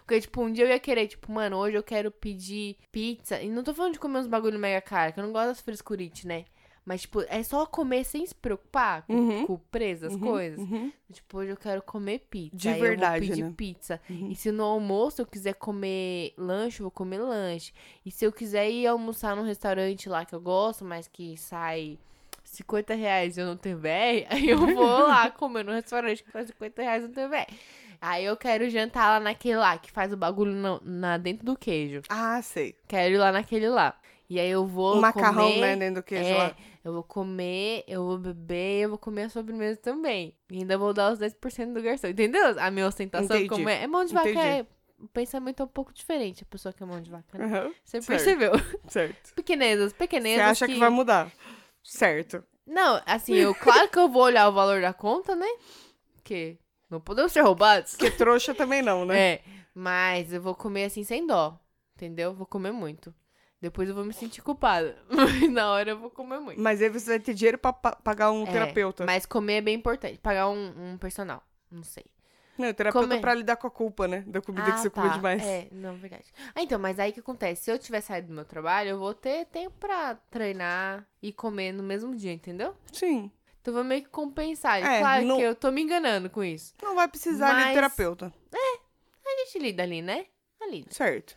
Speaker 3: Porque, tipo, um dia eu ia querer, tipo, mano, hoje eu quero pedir pizza. E não tô falando de comer uns bagulho mega caro, que eu não gosto das frescurites, né? Mas, tipo, é só comer sem se preocupar com,
Speaker 4: Uhum.
Speaker 3: com o preço das
Speaker 4: uhum,
Speaker 3: coisas.
Speaker 4: uhum.
Speaker 3: Tipo, hoje eu quero comer pizza.
Speaker 4: De
Speaker 3: aí eu vou
Speaker 4: verdade,
Speaker 3: pedir
Speaker 4: né?
Speaker 3: pizza.
Speaker 4: Uhum.
Speaker 3: E se no almoço eu quiser comer lanche, eu vou comer lanche. E se eu quiser ir almoçar num restaurante lá que eu gosto, mas que sai 50 reais e eu não tenho VR, aí eu vou lá comer num restaurante que faz 50 reais e não tenho VR. Aí eu quero jantar lá naquele lá, que faz o bagulho na, na- dentro do queijo.
Speaker 4: Ah, sei.
Speaker 3: Quero ir lá naquele lá. E aí eu vou
Speaker 4: O macarrão,
Speaker 3: comer...
Speaker 4: né, dentro do queijo
Speaker 3: É,
Speaker 4: lá.
Speaker 3: eu vou comer, eu vou beber, eu vou comer a sobremesa também. E ainda vou dar os 10% do garçom. Entendeu? A minha ostentação
Speaker 4: Entendi.
Speaker 3: como é. É mão de vaca,
Speaker 4: Entendi.
Speaker 3: é. O pensamento é um pouco diferente, a pessoa que é mão de vaca. Né?
Speaker 4: Uhum,
Speaker 3: Você
Speaker 4: certo.
Speaker 3: percebeu?
Speaker 4: Certo.
Speaker 3: Pequenezas, pequenezas.
Speaker 4: Você acha que... vai mudar? Certo.
Speaker 3: Não, assim, eu claro que eu vou olhar o valor da conta, né? Porque não podemos ser roubados.
Speaker 4: Porque trouxa também não, né?
Speaker 3: É, mas eu vou comer assim sem dó, entendeu? Vou comer muito. Depois eu vou me sentir culpada. Mas na hora eu vou comer muito.
Speaker 4: Mas aí você vai ter dinheiro pra pa- pagar um
Speaker 3: É,
Speaker 4: terapeuta.
Speaker 3: Mas comer é bem importante. Pagar um, um personal. Não sei.
Speaker 4: Não, o terapeuta
Speaker 3: Comer.
Speaker 4: pra lidar com a culpa, né? Da comida que você come demais.
Speaker 3: É, não, verdade. Ah, então, mas aí o que acontece? Se eu tiver saído do meu trabalho, eu vou ter tempo pra treinar e comer no mesmo dia, entendeu?
Speaker 4: Sim.
Speaker 3: Então eu vou meio que compensar. E
Speaker 4: É,
Speaker 3: claro
Speaker 4: não-
Speaker 3: que eu tô me enganando com isso.
Speaker 4: Não vai precisar de
Speaker 3: Mas-
Speaker 4: terapeuta.
Speaker 3: A gente lida ali, né? A lida.
Speaker 4: Certo.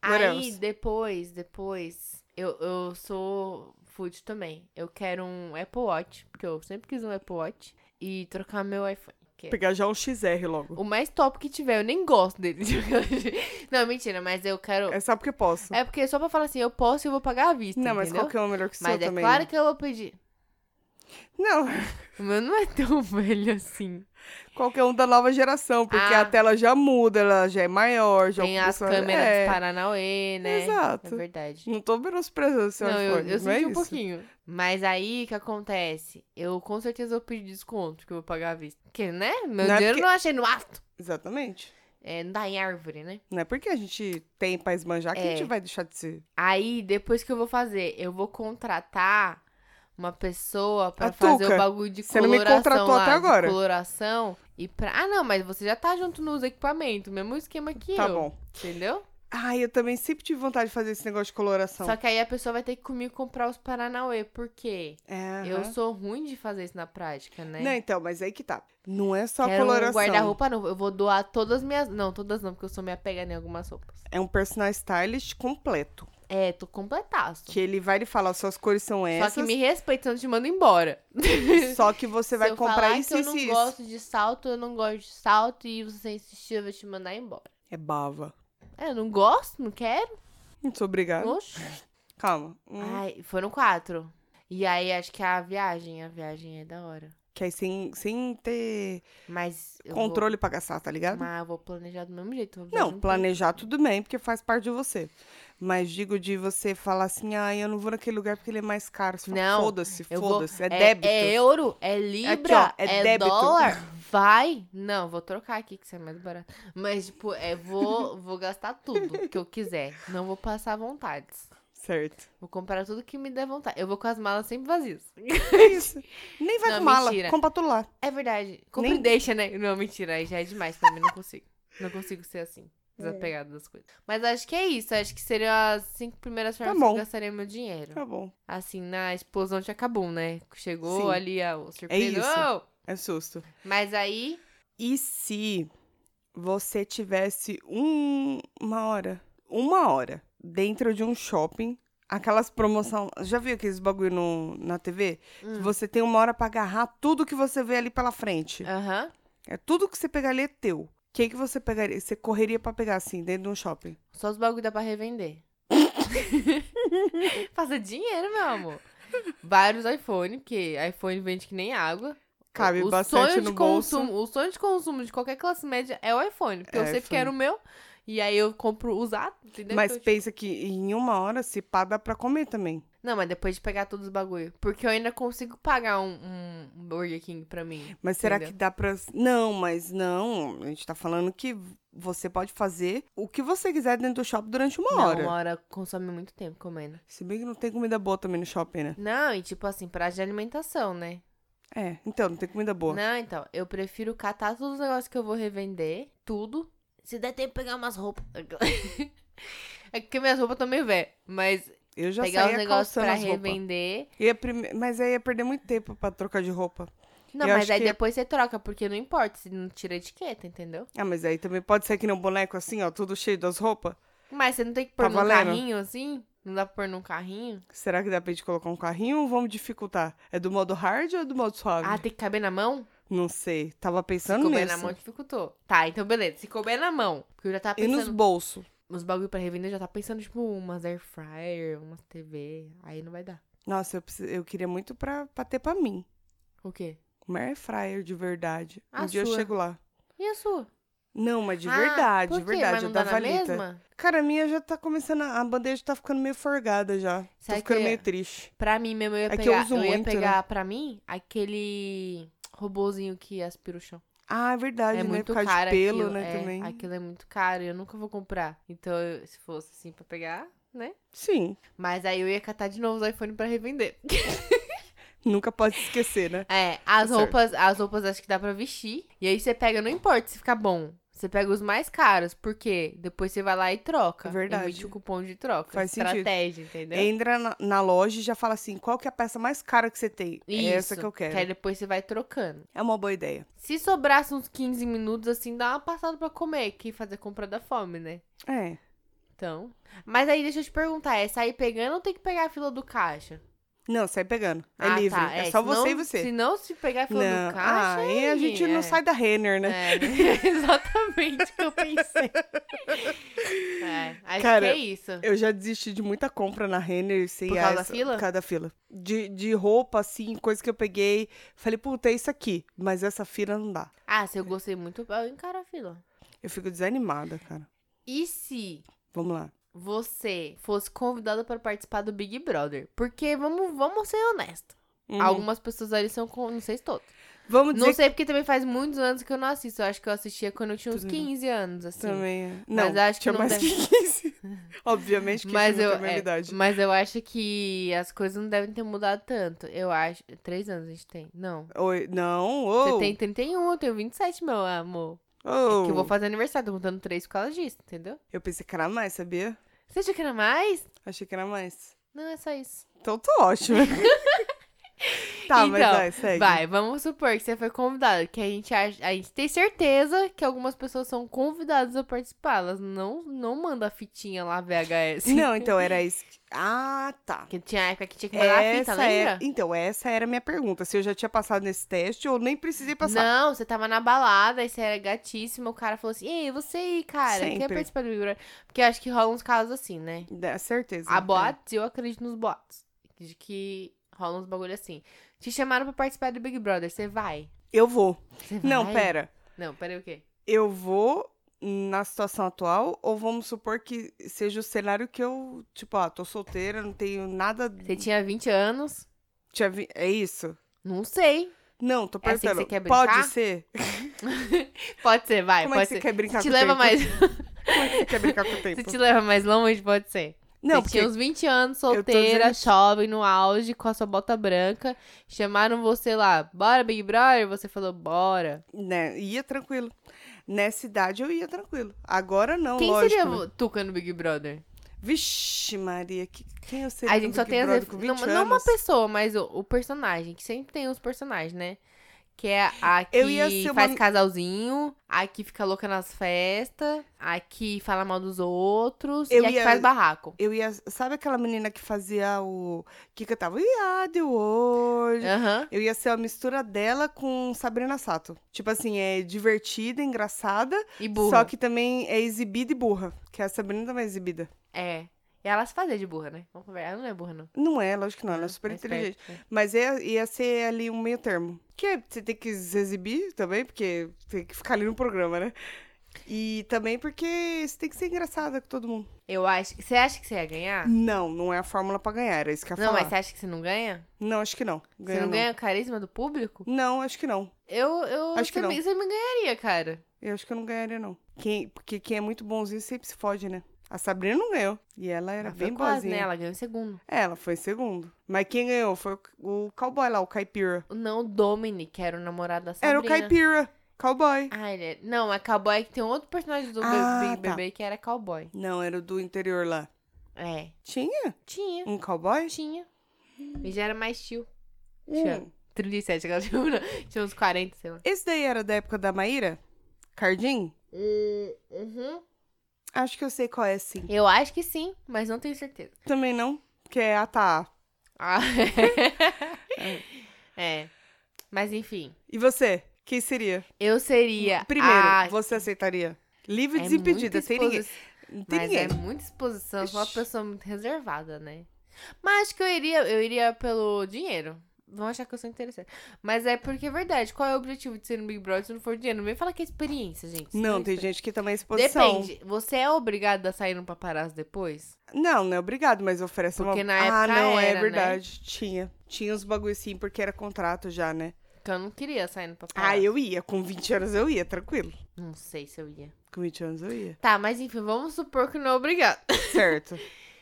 Speaker 4: What
Speaker 3: Aí,
Speaker 4: else?
Speaker 3: depois, depois, eu, eu sou food também. Eu quero um Apple Watch, porque eu sempre quis um Apple Watch. E trocar meu iPhone. que- é
Speaker 4: Pegar já um XR logo.
Speaker 3: O mais top que tiver, eu nem gosto dele. não, mentira, mas eu quero.
Speaker 4: É só porque posso.
Speaker 3: É porque só pra falar assim, eu posso e eu vou pagar à vista.
Speaker 4: não, mas
Speaker 3: entendeu?
Speaker 4: qual que é o melhor que o
Speaker 3: Mas
Speaker 4: seu
Speaker 3: é
Speaker 4: também?
Speaker 3: claro
Speaker 4: né?
Speaker 3: que eu vou pedir.
Speaker 4: Não,
Speaker 3: O meu não é tão velho assim.
Speaker 4: qualquer um da nova geração, porque
Speaker 3: Ah.
Speaker 4: a tela já muda, ela já é maior, já
Speaker 3: Tem
Speaker 4: o
Speaker 3: as
Speaker 4: pessoal-
Speaker 3: câmeras
Speaker 4: é,
Speaker 3: dos Paranauê, né? É
Speaker 4: Exato.
Speaker 3: verdade.
Speaker 4: Não tô menosprezando o seu
Speaker 3: não, eu,
Speaker 4: iPhone,
Speaker 3: eu
Speaker 4: não é
Speaker 3: senti um
Speaker 4: isso?
Speaker 3: pouquinho. Mas aí, o que acontece? Eu com certeza vou pedir desconto, que eu vou pagar à vista. Porque, né? Meu
Speaker 4: Não é
Speaker 3: dinheiro
Speaker 4: porque-
Speaker 3: não achei no ato.
Speaker 4: Exatamente.
Speaker 3: É, não dá em árvore, né?
Speaker 4: Não é porque a gente tem pra esbanjar que
Speaker 3: É.
Speaker 4: a gente vai deixar de ser.
Speaker 3: Aí, depois que eu vou fazer, eu vou contratar uma pessoa pra
Speaker 4: A
Speaker 3: fazer
Speaker 4: Tuca.
Speaker 3: o bagulho de
Speaker 4: Você não me
Speaker 3: coloração
Speaker 4: contratou
Speaker 3: lá,
Speaker 4: até
Speaker 3: de
Speaker 4: agora.
Speaker 3: coloração e pra... Ah, não, mas você já tá junto nos equipamentos, mesmo esquema que
Speaker 4: Tá
Speaker 3: eu,
Speaker 4: bom.
Speaker 3: entendeu?
Speaker 4: Ai, eu também sempre tive vontade de fazer esse negócio de coloração.
Speaker 3: Só que aí a pessoa vai ter que comigo comprar os Paranauê, porque
Speaker 4: É,
Speaker 3: eu
Speaker 4: aham.
Speaker 3: sou ruim de fazer isso na prática, né?
Speaker 4: Não, então, mas aí que tá. Não é só
Speaker 3: Quero um
Speaker 4: coloração.
Speaker 3: guarda-roupa não, eu vou doar todas as minhas... Não, todas não, porque eu sou meio apegada em algumas roupas.
Speaker 4: É um personal stylist completo.
Speaker 3: É, tô completaço.
Speaker 4: Que ele vai lhe falar, suas cores são
Speaker 3: Só
Speaker 4: essas,
Speaker 3: que me respeita, eu te mando embora.
Speaker 4: só que você vai
Speaker 3: Se eu
Speaker 4: comprar
Speaker 3: falar
Speaker 4: isso,
Speaker 3: que eu
Speaker 4: isso
Speaker 3: não
Speaker 4: e isso.
Speaker 3: gosto de salto, eu não gosto de salto e você insistir, eu vou te mandar embora.
Speaker 4: É bava.
Speaker 3: É, eu não gosto, não quero.
Speaker 4: Não sou obrigada.
Speaker 3: Oxe.
Speaker 4: Calma. Hum,
Speaker 3: Ai, foram quatro. E aí, acho que a viagem, a viagem é da hora.
Speaker 4: Que aí sem, sem ter
Speaker 3: Mas eu
Speaker 4: controle pra gastar, tá
Speaker 3: Vou,
Speaker 4: ligado?
Speaker 3: mas eu vou planejar do mesmo jeito. vou
Speaker 4: Não,
Speaker 3: planejar
Speaker 4: planejar tudo bem, porque faz parte de você. Mas digo de você falar assim, ah, eu não vou naquele lugar porque ele é mais caro. Você fala,
Speaker 3: Não,
Speaker 4: Foda-se,
Speaker 3: Eu vou-
Speaker 4: foda-se. É, débito.
Speaker 3: É euro, é libra,
Speaker 4: ó, é
Speaker 3: é,
Speaker 4: débito.
Speaker 3: dólar. Vai. Não, vou trocar aqui, que isso é mais barato. Mas, tipo, é, vou, vou gastar tudo que eu quiser. Não vou passar vontades.
Speaker 4: Certo.
Speaker 3: Vou comprar tudo que me der vontade. Eu vou com as malas sempre vazias.
Speaker 4: É isso. Nem vai
Speaker 3: Não,
Speaker 4: com mala,
Speaker 3: mentira.
Speaker 4: compra tudo lá.
Speaker 3: É verdade. Compre
Speaker 4: Nem-
Speaker 3: e deixa, né? Não, mentira. Aí já é demais pra mim. Não consigo. Não consigo ser assim.
Speaker 4: É.
Speaker 3: Desapegado das coisas. Mas acho que é isso. Acho que seriam as cinco primeiras formas que
Speaker 4: Tá bom.
Speaker 3: eu gastaria meu dinheiro.
Speaker 4: Tá bom.
Speaker 3: Assim, na explosão de acabou, né? Chegou
Speaker 4: Sim.
Speaker 3: ali a o surpresa.
Speaker 4: isso.
Speaker 3: Oh!
Speaker 4: É susto.
Speaker 3: Mas aí,
Speaker 4: E se você tivesse um- uma hora, uma hora dentro de um shopping, aquelas promoção, já viu aqueles bagulho no- na TV?
Speaker 3: Hum.
Speaker 4: Que Você tem uma hora pra agarrar tudo que você vê ali pela frente.
Speaker 3: aham.
Speaker 4: É tudo que você pegar ali é teu. O que que você pegaria? Você correria pra pegar assim dentro de um shopping?
Speaker 3: Só os bagulho dá pra revender. Faça dinheiro, meu amor. Vários iPhone, porque iPhone vende que nem água.
Speaker 4: Cabe
Speaker 3: o
Speaker 4: bastante
Speaker 3: sonho
Speaker 4: no
Speaker 3: de
Speaker 4: bolso.
Speaker 3: consumo, O sonho de consumo de qualquer classe média é o iPhone. Porque
Speaker 4: É
Speaker 3: eu sempre
Speaker 4: iPhone.
Speaker 3: quero o meu. E aí eu compro usado, entendeu?
Speaker 4: Mas
Speaker 3: Então, tipo,
Speaker 4: pensa que em uma hora se pá dá pra comer também.
Speaker 3: Não, mas depois de pegar todos os bagulho. Porque eu ainda consigo pagar um, um Burger King pra mim.
Speaker 4: Mas será
Speaker 3: Entendeu?
Speaker 4: que dá pra. Não, mas não. A gente tá falando que você pode fazer o que você quiser dentro do shopping durante uma hora.
Speaker 3: Não, uma hora consome muito tempo comendo.
Speaker 4: Se bem que não tem comida boa também no shopping, né?
Speaker 3: Não, e tipo assim, pra de alimentação, né?
Speaker 4: É, então, não tem comida boa.
Speaker 3: Não, então, eu prefiro catar todos os negócios que eu vou revender, tudo. Se der tempo, pegar umas roupas. é que minhas roupas também velhas, mas
Speaker 4: Eu já
Speaker 3: pegar os
Speaker 4: saía
Speaker 3: negócios
Speaker 4: calçando
Speaker 3: pra
Speaker 4: as roupas.
Speaker 3: revender.
Speaker 4: Ia prime- Mas aí ia perder muito tempo pra trocar de roupa.
Speaker 3: Não,
Speaker 4: Eu
Speaker 3: mas
Speaker 4: acho
Speaker 3: aí
Speaker 4: que-
Speaker 3: depois você troca, porque não importa, se não tira a etiqueta, entendeu?
Speaker 4: Ah, mas aí também pode ser que nem um boneco assim, ó, tudo cheio das roupas.
Speaker 3: Mas você não tem que
Speaker 4: Tá
Speaker 3: pôr num
Speaker 4: valendo?
Speaker 3: carrinho assim? Não dá pra pôr num carrinho?
Speaker 4: Será que dá pra gente colocar um carrinho ou vamos dificultar? É do modo hard ou é do modo suave?
Speaker 3: Ah, tem que caber na mão?
Speaker 4: Não sei. Tava
Speaker 3: Se
Speaker 4: pensando
Speaker 3: couber
Speaker 4: nisso.
Speaker 3: na mão, dificultou. Tá, então beleza. Se couber na mão. Porque eu já tava
Speaker 4: E nos
Speaker 3: pensando.
Speaker 4: bolsos?
Speaker 3: Os bagulho pra revender, eu já tava pensando, tipo, umas air fryer, umas TV. Aí não vai dar.
Speaker 4: Nossa, eu, preciso- eu queria muito pra, pra ter pra mim.
Speaker 3: O quê?
Speaker 4: Uma air fryer de verdade. um
Speaker 3: A
Speaker 4: dia eu
Speaker 3: sua.
Speaker 4: chego lá.
Speaker 3: E a sua?
Speaker 4: Não, mas de
Speaker 3: Ah,
Speaker 4: verdade,
Speaker 3: por
Speaker 4: de
Speaker 3: quê? Mas
Speaker 4: verdade.
Speaker 3: não
Speaker 4: da
Speaker 3: dá na
Speaker 4: valita.
Speaker 3: mesma?
Speaker 4: Cara, a minha já tá começando. A a bandeja tá ficando meio forgada já.
Speaker 3: Será
Speaker 4: Tô ficando
Speaker 3: que-
Speaker 4: meio triste.
Speaker 3: Pra mim mesmo, eu ia
Speaker 4: É que eu
Speaker 3: pegar,
Speaker 4: uso
Speaker 3: eu ia
Speaker 4: muito,
Speaker 3: pegar pra mim aquele robozinho que aspira o chão.
Speaker 4: Ah, é verdade,
Speaker 3: é
Speaker 4: né?
Speaker 3: muito
Speaker 4: Por causa
Speaker 3: caro
Speaker 4: de pelo,
Speaker 3: aquilo,
Speaker 4: né?
Speaker 3: é,
Speaker 4: também.
Speaker 3: Aquilo é muito caro e eu nunca vou comprar. Então, eu- se fosse assim pra pegar, né?
Speaker 4: Sim.
Speaker 3: Mas aí eu ia catar de novo os iPhone pra revender.
Speaker 4: Nunca pode se esquecer, né?
Speaker 3: É, as
Speaker 4: certo.
Speaker 3: roupas, as roupas acho que dá pra vestir. E aí você pega, não importa se ficar bom. Você pega os mais caros, porque depois você vai lá e troca.
Speaker 4: Verdade.
Speaker 3: Emite o cupom de troca.
Speaker 4: Faz sentido.
Speaker 3: estratégia, entendeu?
Speaker 4: Entra na, na loja e já fala assim: qual que é a peça mais cara que você tem?
Speaker 3: Isso,
Speaker 4: é essa que eu quero.
Speaker 3: aí depois você vai trocando.
Speaker 4: É uma boa ideia.
Speaker 3: Se sobrasse uns 15 minutos, assim, dá uma passada pra comer, que fazer compra da fome, né?
Speaker 4: É.
Speaker 3: Então. Mas aí deixa eu te perguntar, é sair pegando ou tem que pegar a fila do caixa?
Speaker 4: Não, sai pegando. É
Speaker 3: Ah,
Speaker 4: livre.
Speaker 3: tá,
Speaker 4: É, só
Speaker 3: senão-
Speaker 4: você e você.
Speaker 3: Se não se pegar a fila
Speaker 4: Não,
Speaker 3: do caixa.
Speaker 4: ah, aí a gente não
Speaker 3: é.
Speaker 4: sai da Renner,
Speaker 3: É,
Speaker 4: né?
Speaker 3: exatamente o que eu pensei. É, acho
Speaker 4: Cara,
Speaker 3: que é isso.
Speaker 4: Eu já desisti de muita compra na Renner sem
Speaker 3: Por causa da
Speaker 4: essa-
Speaker 3: fila?
Speaker 4: Por causa da fila. De, de roupa, assim, coisa que eu peguei. Falei, puta, é isso aqui. Mas essa fila não dá.
Speaker 3: Ah, se eu gostei muito, eu encaro a fila.
Speaker 4: Eu fico desanimada, cara.
Speaker 3: E se
Speaker 4: Vamos lá.
Speaker 3: você fosse convidada pra participar do Big Brother? Porque vamos, vamos ser honestos.
Speaker 4: Hum,
Speaker 3: Algumas pessoas ali são com, não sei se todas.
Speaker 4: Vamos dizer
Speaker 3: Uhum. Não sei porque também faz muitos anos que eu não assisto. Eu acho que eu assistia quando eu tinha uns
Speaker 4: Tudo bem.
Speaker 3: 15 anos,
Speaker 4: que
Speaker 3: assim.
Speaker 4: também. é. Não,
Speaker 3: Mas acho que
Speaker 4: tinha
Speaker 3: não
Speaker 4: mais
Speaker 3: deve-
Speaker 4: que 15. Obviamente que
Speaker 3: Mas
Speaker 4: tinha
Speaker 3: eu,
Speaker 4: muita mesma
Speaker 3: é,
Speaker 4: idade.
Speaker 3: mas eu acho que as coisas não devem ter mudado tanto. Eu acho. Três anos a gente tem. Não.
Speaker 4: Oi, não,
Speaker 3: Você
Speaker 4: ou.
Speaker 3: tem 31, eu tenho 27, meu amor. É que eu vou
Speaker 4: Oh.
Speaker 3: fazer aniversário, tô contando três por causa disso, entendeu?
Speaker 4: Eu pensei que era mais, sabia?
Speaker 3: Você acha que era mais?
Speaker 4: Achei que era mais.
Speaker 3: Não, é só isso.
Speaker 4: Então tô ótima. Tá, mas
Speaker 3: Então,
Speaker 4: vai, segue.
Speaker 3: Vai, vamos supor que você foi convidado, que a gente, acha- a gente tem certeza que algumas pessoas são convidadas a participar, elas não, não mandam a fitinha lá VHS.
Speaker 4: Não, então era isso. que- Ah, tá.
Speaker 3: Que tinha época que tinha que mandar a fita, lembra?
Speaker 4: é... Então, essa era a minha pergunta. Se eu já tinha passado nesse teste ou nem precisei passar.
Speaker 3: Não, você tava na balada, aí você era gatíssima, o cara falou assim, ei, você aí, cara, quer
Speaker 4: Sempre.
Speaker 3: participar do Big Brother? Porque eu acho que rola uns casos assim, né?
Speaker 4: Dá certeza. É.
Speaker 3: A boatos, eu acredito nos boatos, de que rola uns bagulho assim. Te chamaram pra participar do Big Brother, você vai?
Speaker 4: Eu vou.
Speaker 3: Você
Speaker 4: Não,
Speaker 3: vai?
Speaker 4: pera.
Speaker 3: Não, pera aí o quê?
Speaker 4: Eu vou na situação atual ou vamos supor que seja o cenário que eu, tipo, ah, tô solteira, não tenho nada.
Speaker 3: Você tinha 20 anos?
Speaker 4: Tinha vi- É isso?
Speaker 3: Não sei.
Speaker 4: Não, tô
Speaker 3: É assim que você
Speaker 4: perguntando.
Speaker 3: quer brincar?
Speaker 4: Pode ser?
Speaker 3: Pode ser, vai,
Speaker 4: Como é
Speaker 3: pode
Speaker 4: que você
Speaker 3: ser.
Speaker 4: quer brincar
Speaker 3: Se te
Speaker 4: com o
Speaker 3: leva
Speaker 4: tempo?
Speaker 3: mais,
Speaker 4: Como é que você quer brincar com o tempo?
Speaker 3: se te leva mais longe, pode ser.
Speaker 4: Não,
Speaker 3: você
Speaker 4: porque
Speaker 3: tinha uns 20 anos,
Speaker 4: tô
Speaker 3: solteira,
Speaker 4: dizendo-
Speaker 3: jovem, no auge, com a sua bota branca. Chamaram você lá, bora Big Brother? Você falou, bora.
Speaker 4: né, ia tranquilo. Nessa idade eu ia tranquilo. Agora não,
Speaker 3: Quem
Speaker 4: lógico.
Speaker 3: seria
Speaker 4: né?
Speaker 3: vo- Tuca no Big Brother?
Speaker 4: Vixe, Maria, que... quem é eu seria
Speaker 3: a
Speaker 4: no
Speaker 3: gente só
Speaker 4: um Big
Speaker 3: tem as...
Speaker 4: Brother
Speaker 3: ref-
Speaker 4: com 20
Speaker 3: Não,
Speaker 4: anos?
Speaker 3: não uma pessoa, mas o, o personagem, que sempre tem os personagens, né? Que é a que
Speaker 4: Eu ia ser uma
Speaker 3: faz
Speaker 4: mi-
Speaker 3: casalzinho, a que fica louca nas festas, a que fala mal dos outros
Speaker 4: Eu
Speaker 3: e a que
Speaker 4: ia-
Speaker 3: faz barraco.
Speaker 4: Eu ia... Sabe aquela menina que fazia o... Que cantava... Ia de hoje...
Speaker 3: Aham.
Speaker 4: Eu ia ser uma mistura dela com Sabrina Sato. Tipo assim, é divertida, engraçada,
Speaker 3: E burra.
Speaker 4: só que também é exibida e burra. Que a Sabrina também é exibida.
Speaker 3: É. E ela se fazia de burra, né? Vamos conversar. Ela não é burra, não.
Speaker 4: Não é, lógico que não, ela é super
Speaker 3: Ela é esperta,
Speaker 4: inteligente.
Speaker 3: né?
Speaker 4: Mas ia, ia ser ali um meio termo. Que é- você tem que se exibir também, porque tem que ficar ali no programa, né? E também porque você tem que ser engraçada com todo mundo.
Speaker 3: Eu acho. Você acha que você ia ganhar?
Speaker 4: Não, não é a fórmula pra ganhar, era isso que eu ia
Speaker 3: Ah. Não,
Speaker 4: falar.
Speaker 3: mas você acha que você não ganha?
Speaker 4: Não, acho que não.
Speaker 3: você
Speaker 4: Ganha,
Speaker 3: não,
Speaker 4: não.
Speaker 3: ganha o carisma do público?
Speaker 4: Não, acho que não.
Speaker 3: Eu. eu
Speaker 4: Acho que
Speaker 3: você, me-
Speaker 4: não.
Speaker 3: você me ganharia, cara.
Speaker 4: Eu acho que eu não ganharia, não. Quem, porque quem é muito bonzinho sempre se fode, né? A Sabrina não ganhou. E ela era
Speaker 3: Ela foi
Speaker 4: bem
Speaker 3: quase, né?
Speaker 4: boazinha.
Speaker 3: Ela ganhou em segundo.
Speaker 4: É, Ela foi segundo. Mas quem ganhou foi o o cowboy lá, o caipira.
Speaker 3: Não, o Dominic era o namorado da Sabrina.
Speaker 4: Era o caipira, cowboy.
Speaker 3: Ah, ele é... Não, é cowboy que tem outro personagem do Big-
Speaker 4: Ah,
Speaker 3: Big
Speaker 4: tá.
Speaker 3: Bebê que era cowboy.
Speaker 4: Não, era o do interior lá.
Speaker 3: É.
Speaker 4: Tinha
Speaker 3: Tinha.
Speaker 4: um cowboy?
Speaker 3: Tinha. E já era mais tio. Tinha.
Speaker 4: Hum.
Speaker 3: 37, aquela tinha uns 40, sei lá.
Speaker 4: Esse daí era da época da Maíra? Cardim?
Speaker 3: Uhum.
Speaker 4: Acho que eu sei qual é, sim.
Speaker 3: Eu acho que sim, mas não tenho certeza.
Speaker 4: Também não, que é a Tá.
Speaker 3: Ah. é. Mas enfim.
Speaker 4: E você? Quem seria?
Speaker 3: Eu seria.
Speaker 4: Primeiro,
Speaker 3: a...
Speaker 4: você aceitaria? Livre e
Speaker 3: Ah, é
Speaker 4: desimpedida,
Speaker 3: muita
Speaker 4: tá sem ninguém.
Speaker 3: exposi-
Speaker 4: Não tem
Speaker 3: Mas
Speaker 4: ninguém.
Speaker 3: é muita exposição, sou uma
Speaker 4: Ixi.
Speaker 3: pessoa muito reservada, né? Mas acho que eu iria, eu iria pelo dinheiro. Vão achar que eu sou interessante. Mas é porque é verdade. Qual é o objetivo de ser um Big Brother se não for dinheiro? Não vem falar que é experiência, gente. Isso
Speaker 4: Não,
Speaker 3: é
Speaker 4: tem
Speaker 3: experiência.
Speaker 4: gente que também é exposição.
Speaker 3: Depende. Você é obrigado a sair no paparazzo depois?
Speaker 4: Não, não é obrigado, mas oferece
Speaker 3: Porque
Speaker 4: uma...
Speaker 3: na
Speaker 4: ah,
Speaker 3: época
Speaker 4: não,
Speaker 3: era,
Speaker 4: é
Speaker 3: né?
Speaker 4: verdade. Tinha. Tinha uns bagulho assim, porque era contrato já, né?
Speaker 3: Porque eu não queria sair no paparazzo.
Speaker 4: Ah, eu ia. Com 20 anos eu ia, tranquilo.
Speaker 3: Não sei se eu ia.
Speaker 4: Com 20 anos eu ia.
Speaker 3: Tá, mas enfim, vamos supor que não é obrigado.
Speaker 4: Certo.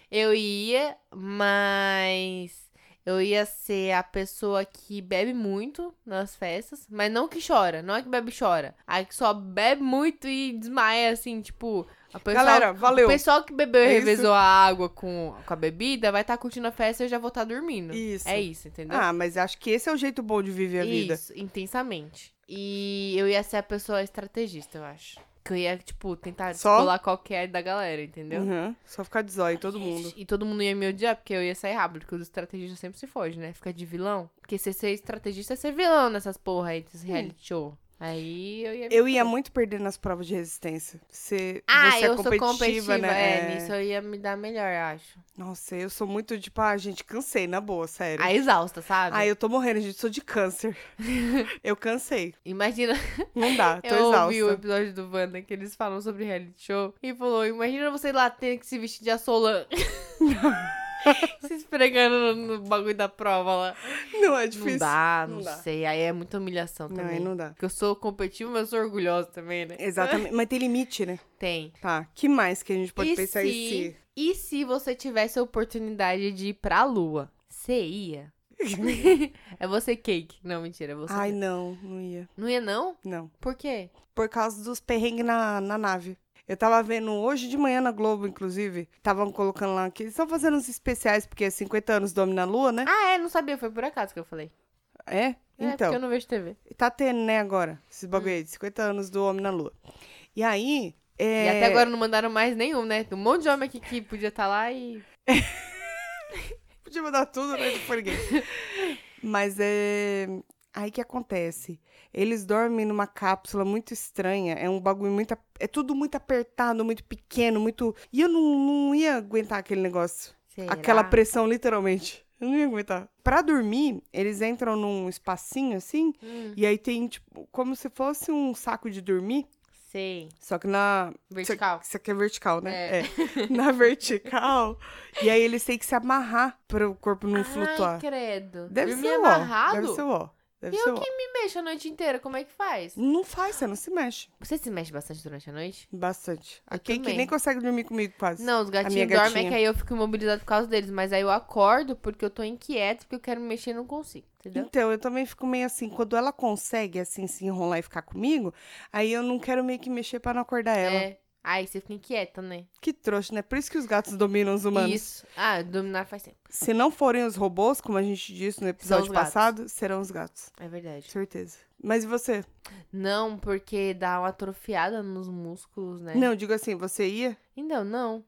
Speaker 3: Eu ia, mas eu ia ser a pessoa que bebe muito nas festas, mas não que chora, não é que bebe e chora. A que só bebe muito e desmaia, assim, tipo. A pessoa,
Speaker 4: Galera,
Speaker 3: o
Speaker 4: valeu.
Speaker 3: pessoal que bebeu e
Speaker 4: É isso.
Speaker 3: revezou a água com, com a bebida vai estar curtindo a festa e eu já vou estar dormindo.
Speaker 4: Isso.
Speaker 3: É isso, entendeu?
Speaker 4: Ah, mas acho que esse é o jeito bom de viver a vida.
Speaker 3: Isso, intensamente. E eu ia ser a pessoa estrategista, eu acho. Que eu ia, tipo, tentar
Speaker 4: Só?
Speaker 3: descolar qualquer da galera, entendeu?
Speaker 4: Uhum. Só ficar de zóio, todo mundo.
Speaker 3: E todo mundo ia me odiar, porque eu ia sair rápido, porque os estrategistas sempre se fogem, né? Fica de vilão. Porque se ser estrategista é ser vilão nessas porra aí, desses reality show. Aí eu ia. me
Speaker 4: Eu ia
Speaker 3: foder.
Speaker 4: muito perder nas provas de resistência. Você,
Speaker 3: é Ah,
Speaker 4: você
Speaker 3: eu
Speaker 4: é
Speaker 3: sou
Speaker 4: competitiva,
Speaker 3: competitiva,
Speaker 4: né?
Speaker 3: é, nisso eu ia me dar melhor, eu acho.
Speaker 4: Nossa, eu sou muito tipo, ah, gente, cansei, na boa, sério.
Speaker 3: A exausta, sabe?
Speaker 4: Ah, eu tô morrendo, gente, sou de câncer. eu cansei.
Speaker 3: Imagina,
Speaker 4: Não dá, tô
Speaker 3: eu ouvi o
Speaker 4: exausta.
Speaker 3: episódio do Wanda que eles falam sobre reality show e falou: Imagina você lá tendo que se vestir de assolã. se esfregando no, no bagulho da prova lá.
Speaker 4: Não é difícil.
Speaker 3: Não dá, não,
Speaker 4: Não dá.
Speaker 3: sei. Aí é muita humilhação
Speaker 4: Não,
Speaker 3: também.
Speaker 4: aí não dá.
Speaker 3: Porque eu sou competitiva, mas eu sou orgulhosa também, né?
Speaker 4: Exatamente. Mas tem limite, né?
Speaker 3: Tem.
Speaker 4: Tá. Que mais que a gente pode
Speaker 3: e
Speaker 4: pensar
Speaker 3: se,
Speaker 4: em si?
Speaker 3: E se você tivesse a oportunidade de ir pra lua? Você ia? é você, Cake. Não, mentira, é você.
Speaker 4: Ai, não, não ia.
Speaker 3: Não ia, não?
Speaker 4: Não.
Speaker 3: Por quê?
Speaker 4: Por causa dos perrengues na, na nave. Eu tava vendo hoje de manhã na Globo, inclusive. Estavam colocando lá que eles estão fazendo uns especiais, porque é 50 anos do Homem na Lua, né?
Speaker 3: Ah, é, não sabia. Foi por acaso que eu falei.
Speaker 4: É?
Speaker 3: É,
Speaker 4: Então.
Speaker 3: porque eu não vejo TV.
Speaker 4: Tá tendo, né, agora? Esse bagulho
Speaker 3: Hum.
Speaker 4: aí, de 50 anos do Homem na Lua. E aí. É...
Speaker 3: E até agora não mandaram mais nenhum, né? Tem um monte de homem aqui que podia estar lá e.
Speaker 4: Podia mandar tudo, né? Não foi ninguém. Mas é. Aí que acontece? Eles dormem numa cápsula muito estranha. É um bagulho muito. ap- É tudo muito apertado, muito pequeno, muito. E eu não, não ia aguentar aquele negócio. Aquela
Speaker 3: Será?
Speaker 4: pressão, literalmente. Eu não ia aguentar. Pra dormir, eles entram num espacinho assim.
Speaker 3: Hum,
Speaker 4: E aí tem, tipo, como se fosse um saco de dormir.
Speaker 3: sei.
Speaker 4: Só que na.
Speaker 3: Vertical.
Speaker 4: Isso aqui é vertical, né?
Speaker 3: É.
Speaker 4: É. Na vertical. e aí eles têm que se amarrar para o corpo não
Speaker 3: Ai,
Speaker 4: flutuar.
Speaker 3: credo.
Speaker 4: Deve
Speaker 3: Dormir
Speaker 4: ser o ó.
Speaker 3: amarrado?
Speaker 4: Deve ser um o ó. Deve
Speaker 3: E
Speaker 4: ser
Speaker 3: eu
Speaker 4: o ó.
Speaker 3: que me mexo a noite inteira, como é que faz?
Speaker 4: Não faz, você não se mexe.
Speaker 3: Você se mexe bastante durante a noite?
Speaker 4: Bastante. Aqui que
Speaker 3: também.
Speaker 4: nem consegue dormir comigo quase.
Speaker 3: Não, os
Speaker 4: minha
Speaker 3: gatinhos dormem,
Speaker 4: gatinha.
Speaker 3: é que aí eu fico imobilizado por causa deles. Mas aí eu acordo porque eu tô inquieta, porque eu quero me mexer e não consigo, entendeu?
Speaker 4: Então, eu também fico meio assim, quando ela consegue, assim, se enrolar e ficar comigo, aí eu não quero meio que mexer pra não acordar ela.
Speaker 3: É. Aí você fica inquieta, né?
Speaker 4: Que trouxa, né? Por isso que os gatos dominam os humanos.
Speaker 3: Isso. Ah, dominar faz tempo.
Speaker 4: Se não forem os robôs, como a gente disse no episódio
Speaker 3: os gatos.
Speaker 4: passado, serão os gatos.
Speaker 3: É verdade.
Speaker 4: Certeza. Mas e você?
Speaker 3: Não, porque dá uma atrofiada nos músculos, né?
Speaker 4: Não, digo assim, você ia?
Speaker 3: Então, não.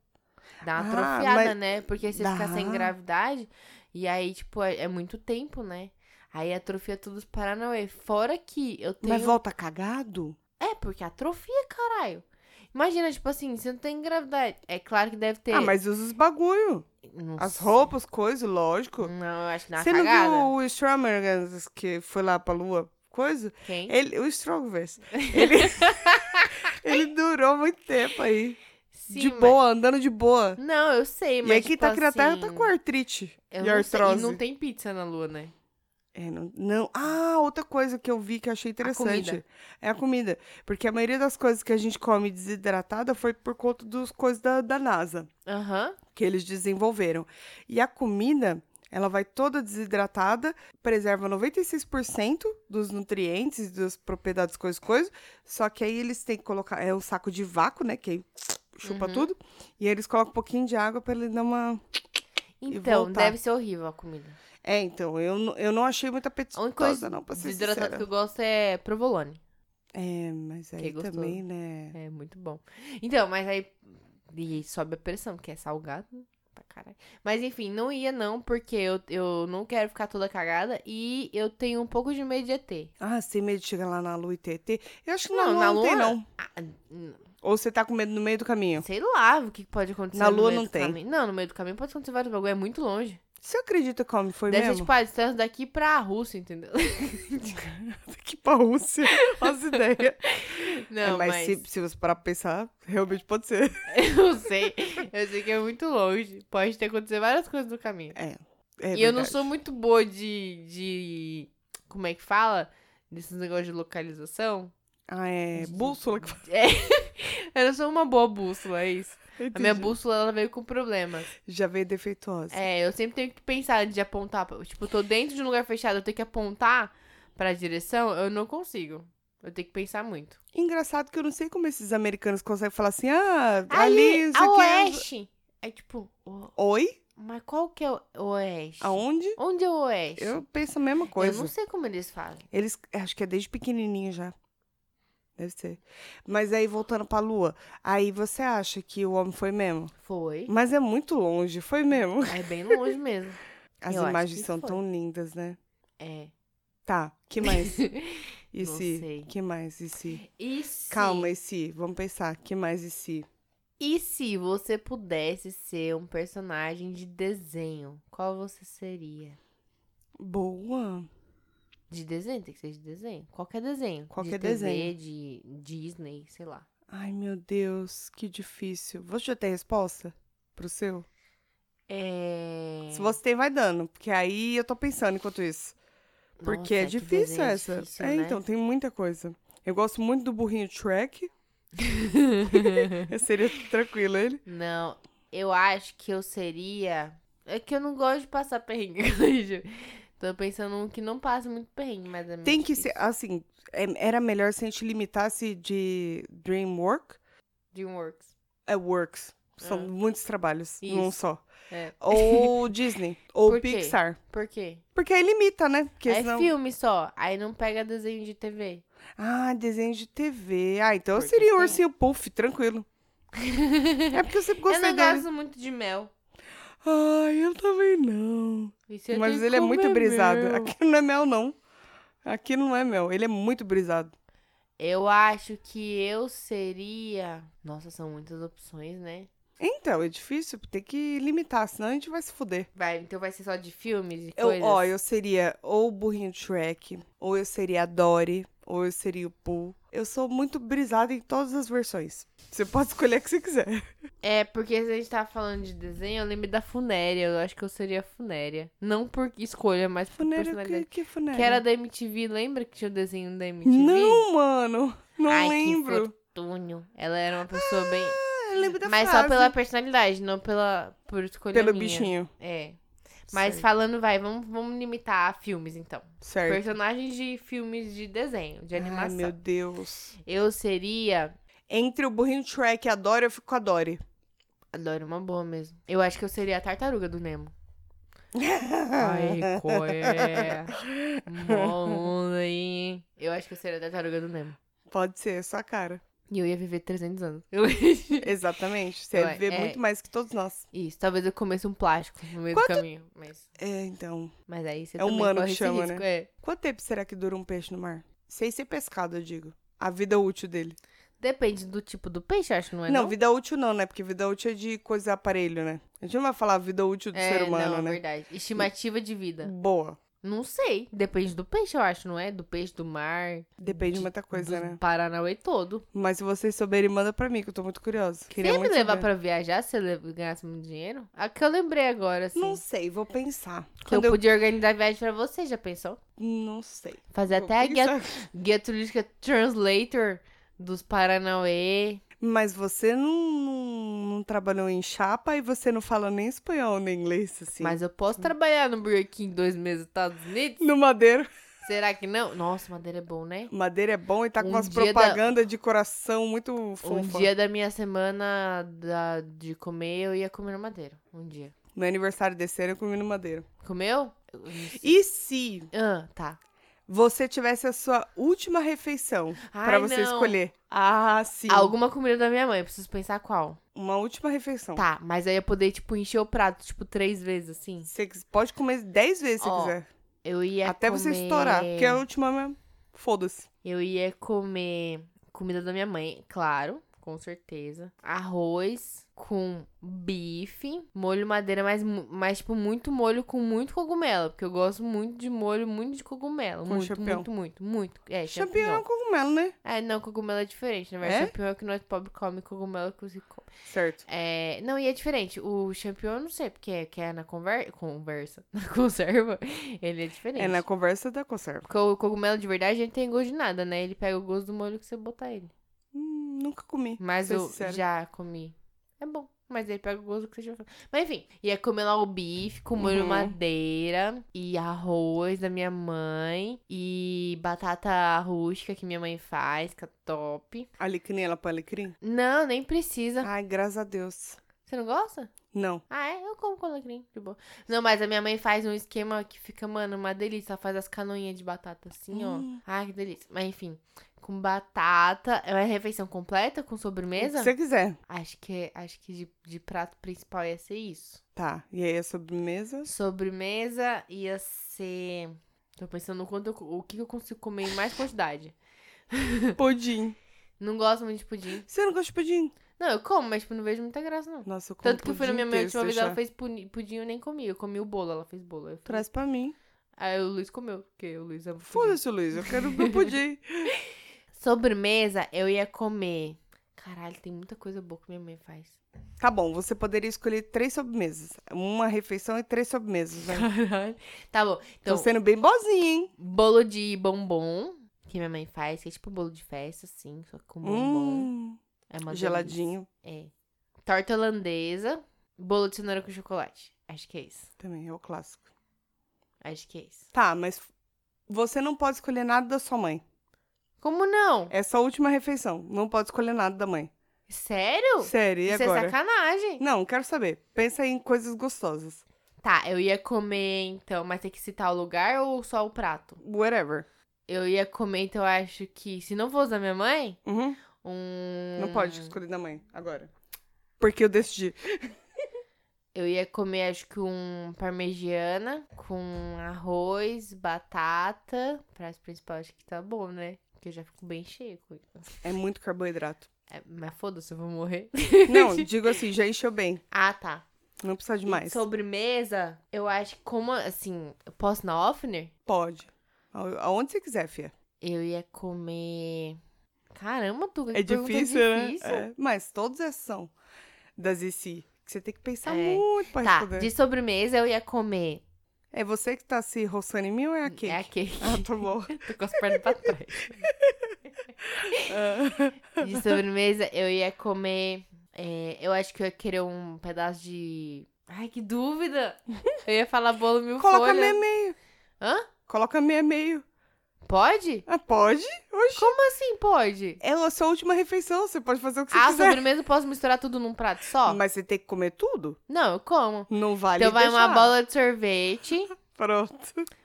Speaker 3: Dá uma
Speaker 4: Ah,
Speaker 3: atrofiada,
Speaker 4: mas-
Speaker 3: né? Porque você fica sem
Speaker 4: Dá.
Speaker 3: gravidade, e aí, tipo, é, é muito tempo, né? Aí atrofia tudo os paranauê. Fora que eu tenho...
Speaker 4: Mas volta cagado?
Speaker 3: É, porque atrofia, caralho. Imagina, tipo assim, você não tem gravidade. É claro que deve ter...
Speaker 4: Ah, mas usa os bagulho.
Speaker 3: Não
Speaker 4: As
Speaker 3: sei.
Speaker 4: roupas, coisa, lógico.
Speaker 3: Não, eu acho que dá uma
Speaker 4: Você não
Speaker 3: Hum, cagada.
Speaker 4: viu o Will Strummer que foi lá pra lua? Coisa?
Speaker 3: Quem?
Speaker 4: Ele, o É, Stromverse. Ele, ele durou muito tempo aí.
Speaker 3: Sim,
Speaker 4: de
Speaker 3: mas-
Speaker 4: boa, andando de boa.
Speaker 3: Não, eu sei, mas
Speaker 4: e aí quem
Speaker 3: tipo
Speaker 4: tá aqui na Terra
Speaker 3: assim,
Speaker 4: tá com artrite
Speaker 3: eu
Speaker 4: e
Speaker 3: não sei,
Speaker 4: artrose.
Speaker 3: E não tem pizza na lua, né?
Speaker 4: É, não, não- Ah, outra coisa que eu vi que eu achei interessante.
Speaker 3: comida.
Speaker 4: É a comida. Porque a maioria das coisas que a gente come desidratada foi por conta dos coisas da, da NASA,
Speaker 3: Aham.
Speaker 4: que eles desenvolveram. E a comida, ela vai toda desidratada, preserva 96% dos nutrientes, das propriedades, coisas, coisas. Só que aí eles têm que colocar. É um saco de vácuo, né? Que aí chupa
Speaker 3: Uhum.
Speaker 4: tudo. E aí eles colocam um pouquinho de água pra ele dar uma.
Speaker 3: Então,
Speaker 4: voltar.
Speaker 3: deve ser horrível a comida.
Speaker 4: É, então, eu, n- eu não achei muito
Speaker 3: A única coisa
Speaker 4: apetitosa, não, pra ser
Speaker 3: desidratada
Speaker 4: sincera.
Speaker 3: que eu gosto é provolone.
Speaker 4: É, mas aí
Speaker 3: gostoso.
Speaker 4: também, né?
Speaker 3: É muito bom. Então, mas aí. E sobe a pressão, que é salgado né? pra caralho. Mas enfim, não ia não, porque eu, eu não quero ficar toda cagada e eu tenho um pouco de medo de ET.
Speaker 4: Ah, você tem medo de chegar lá na lua e ter ET? Eu acho que na
Speaker 3: Não,
Speaker 4: lua
Speaker 3: na
Speaker 4: não tem,
Speaker 3: lua-
Speaker 4: não.
Speaker 3: Ah, n-
Speaker 4: Ou você tá com medo no meio do caminho?
Speaker 3: sei lá o que pode acontecer.
Speaker 4: Na
Speaker 3: no
Speaker 4: lua
Speaker 3: meio
Speaker 4: não
Speaker 3: do
Speaker 4: tem.
Speaker 3: caminho. Não, no meio do caminho pode acontecer vários bagulho, é muito longe.
Speaker 4: Você acredita que o homem foi
Speaker 3: Deve ser
Speaker 4: mesmo?
Speaker 3: tipo a distância daqui pra Rússia, entendeu?
Speaker 4: Que pra Rússia, as ideias.
Speaker 3: Não,
Speaker 4: É, mas
Speaker 3: mas.
Speaker 4: Se, se você parar pra pensar, realmente pode ser.
Speaker 3: Eu não sei. Eu sei que é muito longe. Pode ter acontecido várias coisas no caminho.
Speaker 4: É
Speaker 3: e eu não
Speaker 4: verdade.
Speaker 3: sou muito boa de, de. Como é que fala? Desses negócios de localização.
Speaker 4: Ah, é bússola que
Speaker 3: Eu não sou uma boa bússola, é isso. A minha
Speaker 4: Entendi.
Speaker 3: bússola ela veio com problemas.
Speaker 4: Já veio defeituosa.
Speaker 3: É, eu sempre tenho que pensar antes de apontar. pra- Tipo, eu tô dentro de um lugar fechado, eu tenho que apontar pra direção, eu não consigo. Eu tenho que pensar muito.
Speaker 4: Engraçado que eu não sei como esses americanos conseguem falar assim, ah, ali,
Speaker 3: Ali,
Speaker 4: isso
Speaker 3: a
Speaker 4: aqui. é-
Speaker 3: oeste! É tipo, o-
Speaker 4: Oi?
Speaker 3: mas qual que é o oeste?
Speaker 4: Aonde?
Speaker 3: Onde é o oeste?
Speaker 4: Eu penso a mesma
Speaker 3: eu
Speaker 4: coisa.
Speaker 3: não sei como eles fazem.
Speaker 4: Eles, acho que é desde pequenininho já. Deve ser. Mas aí, voltando pra lua, aí você acha que o homem foi mesmo?
Speaker 3: Foi.
Speaker 4: Mas é muito longe, foi mesmo.
Speaker 3: É bem longe mesmo.
Speaker 4: As
Speaker 3: Eu acho
Speaker 4: imagens
Speaker 3: que
Speaker 4: são
Speaker 3: foi.
Speaker 4: tão lindas, né?
Speaker 3: É.
Speaker 4: Tá, que mais? E
Speaker 3: Não
Speaker 4: se?
Speaker 3: sei.
Speaker 4: Que mais? E se?
Speaker 3: E se...
Speaker 4: Calma, e se? Vamos pensar. Que mais e se?
Speaker 3: E se você pudesse ser um personagem de desenho, qual você seria?
Speaker 4: Boa.
Speaker 3: De desenho, tem que ser de desenho. Qualquer desenho.
Speaker 4: Qualquer
Speaker 3: de TV,
Speaker 4: desenho.
Speaker 3: De Disney, sei lá.
Speaker 4: Ai, meu Deus, que difícil. Você já tem resposta pro seu?
Speaker 3: É...
Speaker 4: Se você tem, vai dando. Porque aí eu tô pensando enquanto isso.
Speaker 3: Nossa,
Speaker 4: Porque é
Speaker 3: que
Speaker 4: difícil
Speaker 3: desenho
Speaker 4: essa.
Speaker 3: difícil,
Speaker 4: é,
Speaker 3: né?
Speaker 4: então, tem muita coisa. Eu gosto muito do burrinho Shrek. eu seria tranquilo ele.
Speaker 3: Não, eu acho que eu seria... É que eu não gosto de passar perrengue, Lígia. Tô pensando um que não passa muito perrengue, mas é meio
Speaker 4: Tem que ser,
Speaker 3: difícil.
Speaker 4: assim, é- era melhor se a gente limitasse de Dreamwork
Speaker 3: DreamWorks.
Speaker 4: a Works. São muitos trabalhos, num
Speaker 3: Ah. Isso.
Speaker 4: só.
Speaker 3: É.
Speaker 4: Ou Disney, ou
Speaker 3: Por quê?
Speaker 4: Pixar.
Speaker 3: Por quê?
Speaker 4: Porque aí limita, né? Porque
Speaker 3: é
Speaker 4: senão...
Speaker 3: filme só, aí não pega desenho de TV.
Speaker 4: Ah, desenho de TV. Ah, então eu
Speaker 3: Porque
Speaker 4: seria o
Speaker 3: tem.
Speaker 4: ursinho puff, tranquilo. é porque eu sempre
Speaker 3: eu
Speaker 4: gostei
Speaker 3: não
Speaker 4: dele.
Speaker 3: gosto muito de mel.
Speaker 4: Ai, eu também não.
Speaker 3: Isso eu
Speaker 4: Mas
Speaker 3: tenho
Speaker 4: ele é
Speaker 3: como
Speaker 4: muito brisado.
Speaker 3: mel.
Speaker 4: Aqui não é mel, não. Aqui não é mel. Ele é muito brisado.
Speaker 3: Eu acho que eu seria. Nossa, são muitas opções, né?
Speaker 4: Então, é difícil, tem que limitar, senão a gente vai se fuder.
Speaker 3: Vai, então vai ser só de filmes e
Speaker 4: Eu,
Speaker 3: coisas.
Speaker 4: ó, eu seria ou o burrinho Shrek, ou eu seria a Dory, ou eu seria o Pooh. Eu sou muito brisada em todas as versões. Você pode escolher a que você quiser.
Speaker 3: É, porque se a gente tava falando de desenho, eu lembro da Funéria. Eu acho que eu seria a Funéria. Não por escolha, mas por
Speaker 4: Funério, que,
Speaker 3: personalidade.
Speaker 4: que é
Speaker 3: Que...
Speaker 4: funério?
Speaker 3: era da MTV, lembra que tinha o desenho da MTV?
Speaker 4: Não, mano. Não
Speaker 3: Ai,
Speaker 4: lembro.
Speaker 3: Que fortúnio. Ela era uma pessoa bem.
Speaker 4: Ah, eu lembro da
Speaker 3: Mas
Speaker 4: frase.
Speaker 3: só pela personalidade, não pela por escolha
Speaker 4: Pelo
Speaker 3: minha.
Speaker 4: bichinho.
Speaker 3: É. Mas
Speaker 4: Sei.
Speaker 3: falando, vai, vamos, vamos limitar a filmes então.
Speaker 4: Certo.
Speaker 3: Personagens de filmes de desenho, de animação.
Speaker 4: Ai, meu Deus.
Speaker 3: Eu seria.
Speaker 4: Entre o burrinho Shrek e a Dory, eu fico com a Dory.
Speaker 3: Adoro uma boa mesmo. Eu acho que eu seria a tartaruga do Nemo.
Speaker 4: Ah.
Speaker 3: Ai, qual é? Mó onda, hein? Eu acho que eu seria a tartaruga do Nemo.
Speaker 4: Pode ser, é sua cara.
Speaker 3: E eu ia viver 300 anos. Eu-
Speaker 4: Exatamente. Você
Speaker 3: Eu-
Speaker 4: vai viver
Speaker 3: é.
Speaker 4: muito mais que todos nós.
Speaker 3: Isso, talvez eu comesse um plástico no meio
Speaker 4: Quanto-
Speaker 3: do caminho. Mas,
Speaker 4: É, então.
Speaker 3: mas aí você
Speaker 4: É
Speaker 3: também
Speaker 4: humano que
Speaker 3: corre esse
Speaker 4: chama, né?
Speaker 3: risco. É.
Speaker 4: Quanto tempo será que dura um peixe no mar? Sem ser pescado, eu digo. A vida útil dele.
Speaker 3: Depende do tipo do peixe, acho, não é?
Speaker 4: não, vida útil não, né? Porque vida útil é de coisa aparelho, né? A gente não vai falar vida útil do
Speaker 3: é,
Speaker 4: ser humano,
Speaker 3: não,
Speaker 4: né?
Speaker 3: verdade. Estimativa de vida.
Speaker 4: Boa.
Speaker 3: Não sei. Depende do peixe, eu acho, não é? Do peixe, do mar,
Speaker 4: Depende de muita coisa,
Speaker 3: do
Speaker 4: né?
Speaker 3: Paranauê todo.
Speaker 4: Mas se vocês souberem, manda pra mim, que eu tô muito curiosa. Queria
Speaker 3: você ia me
Speaker 4: muito
Speaker 3: levar
Speaker 4: saber.
Speaker 3: pra viajar se eu le- ganhasse muito dinheiro? A que eu lembrei agora, assim.
Speaker 4: Não sei, vou pensar.
Speaker 3: que eu,
Speaker 4: Quando eu...
Speaker 3: podia organizar a viagem pra você, já pensou?
Speaker 4: Não sei.
Speaker 3: Fazer
Speaker 4: Vou
Speaker 3: até a guia,
Speaker 4: pensar.
Speaker 3: guia turística translator dos Paranauê.
Speaker 4: Mas você não, não, não trabalhou em chapa e você não fala nem espanhol nem inglês, assim.
Speaker 3: Mas eu posso trabalhar no Burger King dois meses nos Estados Unidos?
Speaker 4: No Madeira.
Speaker 3: Será que não? Nossa, madeira é bom, né?
Speaker 4: Madeira é bom e tá com
Speaker 3: Um
Speaker 4: umas
Speaker 3: dia da-
Speaker 4: propagandas de coração muito fofa.
Speaker 3: Um dia da minha semana da- de comer, eu ia comer madeira. Um dia.
Speaker 4: No aniversário desse ano eu comi no Madeira.
Speaker 3: Comeu? Eu não sei.
Speaker 4: E se
Speaker 3: Ah, tá.
Speaker 4: você tivesse a sua última refeição
Speaker 3: Ai,
Speaker 4: pra você
Speaker 3: não.
Speaker 4: escolher? Ah, sim.
Speaker 3: Alguma comida da minha mãe, preciso pensar qual.
Speaker 4: Uma última refeição.
Speaker 3: Tá, mas aí eu ia poder, tipo, encher o prato, tipo, três vezes, assim.
Speaker 4: Você quis- pode comer 10 vezes se
Speaker 3: Ó,
Speaker 4: quiser.
Speaker 3: Eu ia
Speaker 4: Até
Speaker 3: É comer...
Speaker 4: você estourar. Porque é um a última mesmo. Foda-se.
Speaker 3: Eu ia comer comida da minha mãe, claro, com certeza. Arroz com bife, molho madeira, mas, mu- mas tipo, muito molho com muito cogumelo. Porque eu gosto muito de molho, muito de cogumelo.
Speaker 4: Com
Speaker 3: muito,
Speaker 4: champignon.
Speaker 3: muito, muito, muito. É,
Speaker 4: Champignon é
Speaker 3: champignon.
Speaker 4: um cogumelo, né?
Speaker 3: É, não, cogumelo é diferente, na verdade.
Speaker 4: É?
Speaker 3: Champignon é o que nós pobres come, cogumelo é o que os ricos comem.
Speaker 4: Certo.
Speaker 3: É, não, e é diferente. O champignon, eu não sei, porque é, que é na conver... conversa, na conserva, ele é diferente.
Speaker 4: É na conversa da conserva.
Speaker 3: Porque o cogumelo de verdade, ele não tem gosto de nada, né? Ele pega o gosto do molho que você botar ele.
Speaker 4: Hum, nunca comi.
Speaker 3: Mas
Speaker 4: Ser
Speaker 3: eu
Speaker 4: sincero.
Speaker 3: já comi. É bom. Mas ele pega o gosto que você já fez. Mas enfim, ia comer lá o bife com molho
Speaker 4: Uhum.
Speaker 3: madeira e arroz da minha mãe e batata rústica que minha mãe faz, que é top.
Speaker 4: Alecrim, ela põe alecrim?
Speaker 3: Não, nem precisa.
Speaker 4: Ai, graças a Deus.
Speaker 3: Você não gosta?
Speaker 4: Não.
Speaker 3: Ah, é? Eu como com alecrim, de boa. Não, mas a minha mãe faz um esquema que fica, mano, uma delícia. Ela faz as canoinhas de batata assim,
Speaker 4: Hum.
Speaker 3: ó. Ai, que delícia. Mas enfim, com batata. É uma refeição completa, com sobremesa?
Speaker 4: Se você quiser.
Speaker 3: Acho que, acho que de, de prato principal ia ser isso.
Speaker 4: Tá. E aí a sobremesa?
Speaker 3: Sobremesa ia ser. Tô pensando no quanto eu co- o que que eu consigo comer em mais quantidade.
Speaker 4: Pudim.
Speaker 3: Não gosto muito de pudim.
Speaker 4: Você não gosta de pudim?
Speaker 3: Não, eu como, mas tipo, não vejo muita graça, não.
Speaker 4: Nossa, eu como
Speaker 3: Tanto que eu fui na minha mãe a última vez, ela fez puni- pudim, eu nem comi. Eu comi o bolo, ela fez bolo. Eu fui-
Speaker 4: Traz pra mim.
Speaker 3: Aí o Luiz comeu, porque o Luiz ama pudim.
Speaker 4: Foda-se, Luiz. Eu quero meu pudim.
Speaker 3: Sobremesa, eu ia comer. Caralho, tem muita coisa boa que minha mãe faz.
Speaker 4: Tá bom, você poderia escolher três sobremesas. Uma refeição e três sobremesas, né?
Speaker 3: Caralho. Tá bom.
Speaker 4: Tô
Speaker 3: Então,
Speaker 4: sendo bem bozinha, hein?
Speaker 3: bolo de bombom, que minha mãe faz, que é tipo bolo de festa, assim, só com bombom.
Speaker 4: Hum,
Speaker 3: é uma
Speaker 4: geladinho.
Speaker 3: delícia. É. Torta holandesa, bolo de cenoura com chocolate. Acho que é isso.
Speaker 4: Também é o clássico.
Speaker 3: Acho que é isso.
Speaker 4: Tá, mas você não pode escolher nada da sua mãe.
Speaker 3: Como não?
Speaker 4: É só a última refeição. Não pode escolher nada da mãe.
Speaker 3: Sério?
Speaker 4: Sério, e
Speaker 3: Isso é
Speaker 4: agora?
Speaker 3: sacanagem.
Speaker 4: Não, quero saber. Pensa em coisas gostosas.
Speaker 3: Tá, eu ia comer então, mas tem que citar o lugar ou só o prato?
Speaker 4: Whatever.
Speaker 3: Eu ia comer, então eu acho que, se não fosse da minha mãe,
Speaker 4: Uhum.
Speaker 3: um.
Speaker 4: Não pode escolher da mãe, agora. Porque eu decidi.
Speaker 3: Eu ia comer, acho que um parmegiana com arroz, batata. Prato principal, acho que tá bom, né? Porque eu já fico bem cheio. com isso.
Speaker 4: É muito carboidrato.
Speaker 3: É, mas foda-se, eu vou morrer.
Speaker 4: Não, digo assim, já encheu bem.
Speaker 3: ah, tá.
Speaker 4: Não precisa de
Speaker 3: E
Speaker 4: mais.
Speaker 3: Sobremesa, eu acho que como, assim, eu posso na Offner?
Speaker 4: Pode. A- Aonde você quiser, fia.
Speaker 3: Eu ia comer... Caramba, Tuca, que
Speaker 4: É
Speaker 3: pergunta
Speaker 4: difícil,
Speaker 3: difícil.
Speaker 4: né? É, Mas todos esses são das IC. Que você tem que pensar
Speaker 3: É.
Speaker 4: muito pra
Speaker 3: Tá,
Speaker 4: responder.
Speaker 3: de sobremesa eu ia comer...
Speaker 4: É você que tá se roçando em mim ou é a cake?
Speaker 3: É a cake.
Speaker 4: Ah, tá bom.
Speaker 3: Tô com as pernas pra trás. De sobremesa, eu ia comer. é, eu acho que eu ia querer um pedaço de. Ai, que dúvida! Eu ia falar bolo mil
Speaker 4: Coloca
Speaker 3: folhas.
Speaker 4: meia meio.
Speaker 3: Hã?
Speaker 4: Coloca meia meio.
Speaker 3: Pode?
Speaker 4: Ah, pode? Oxi.
Speaker 3: Como assim pode?
Speaker 4: É a sua última refeição, você pode fazer o que você
Speaker 3: Ah,
Speaker 4: quiser.
Speaker 3: sobremesa eu posso misturar tudo num prato só?
Speaker 4: Mas você tem que comer tudo?
Speaker 3: Não, eu como.
Speaker 4: Não vale
Speaker 3: então vai uma
Speaker 4: deixar.
Speaker 3: bola de sorvete.
Speaker 4: Pronto.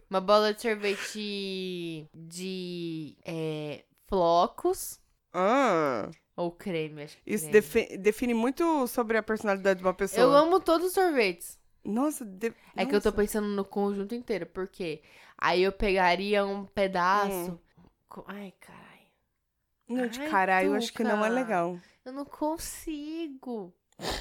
Speaker 3: Uma bola de sorvete de é, flocos.
Speaker 4: Ah, ou
Speaker 3: Ou creme, acho que.
Speaker 4: isso
Speaker 3: creme.
Speaker 4: defi- define muito sobre a personalidade de uma pessoa.
Speaker 3: Eu amo todos os sorvetes.
Speaker 4: Nossa, de...
Speaker 3: É que eu tô pensando no conjunto inteiro, porque aí eu pegaria um pedaço.
Speaker 4: É.
Speaker 3: co- Ai, caralho.
Speaker 4: Não, de
Speaker 3: Ai,
Speaker 4: caralho, eu acho que não é
Speaker 3: Tuca.
Speaker 4: legal.
Speaker 3: Eu não consigo.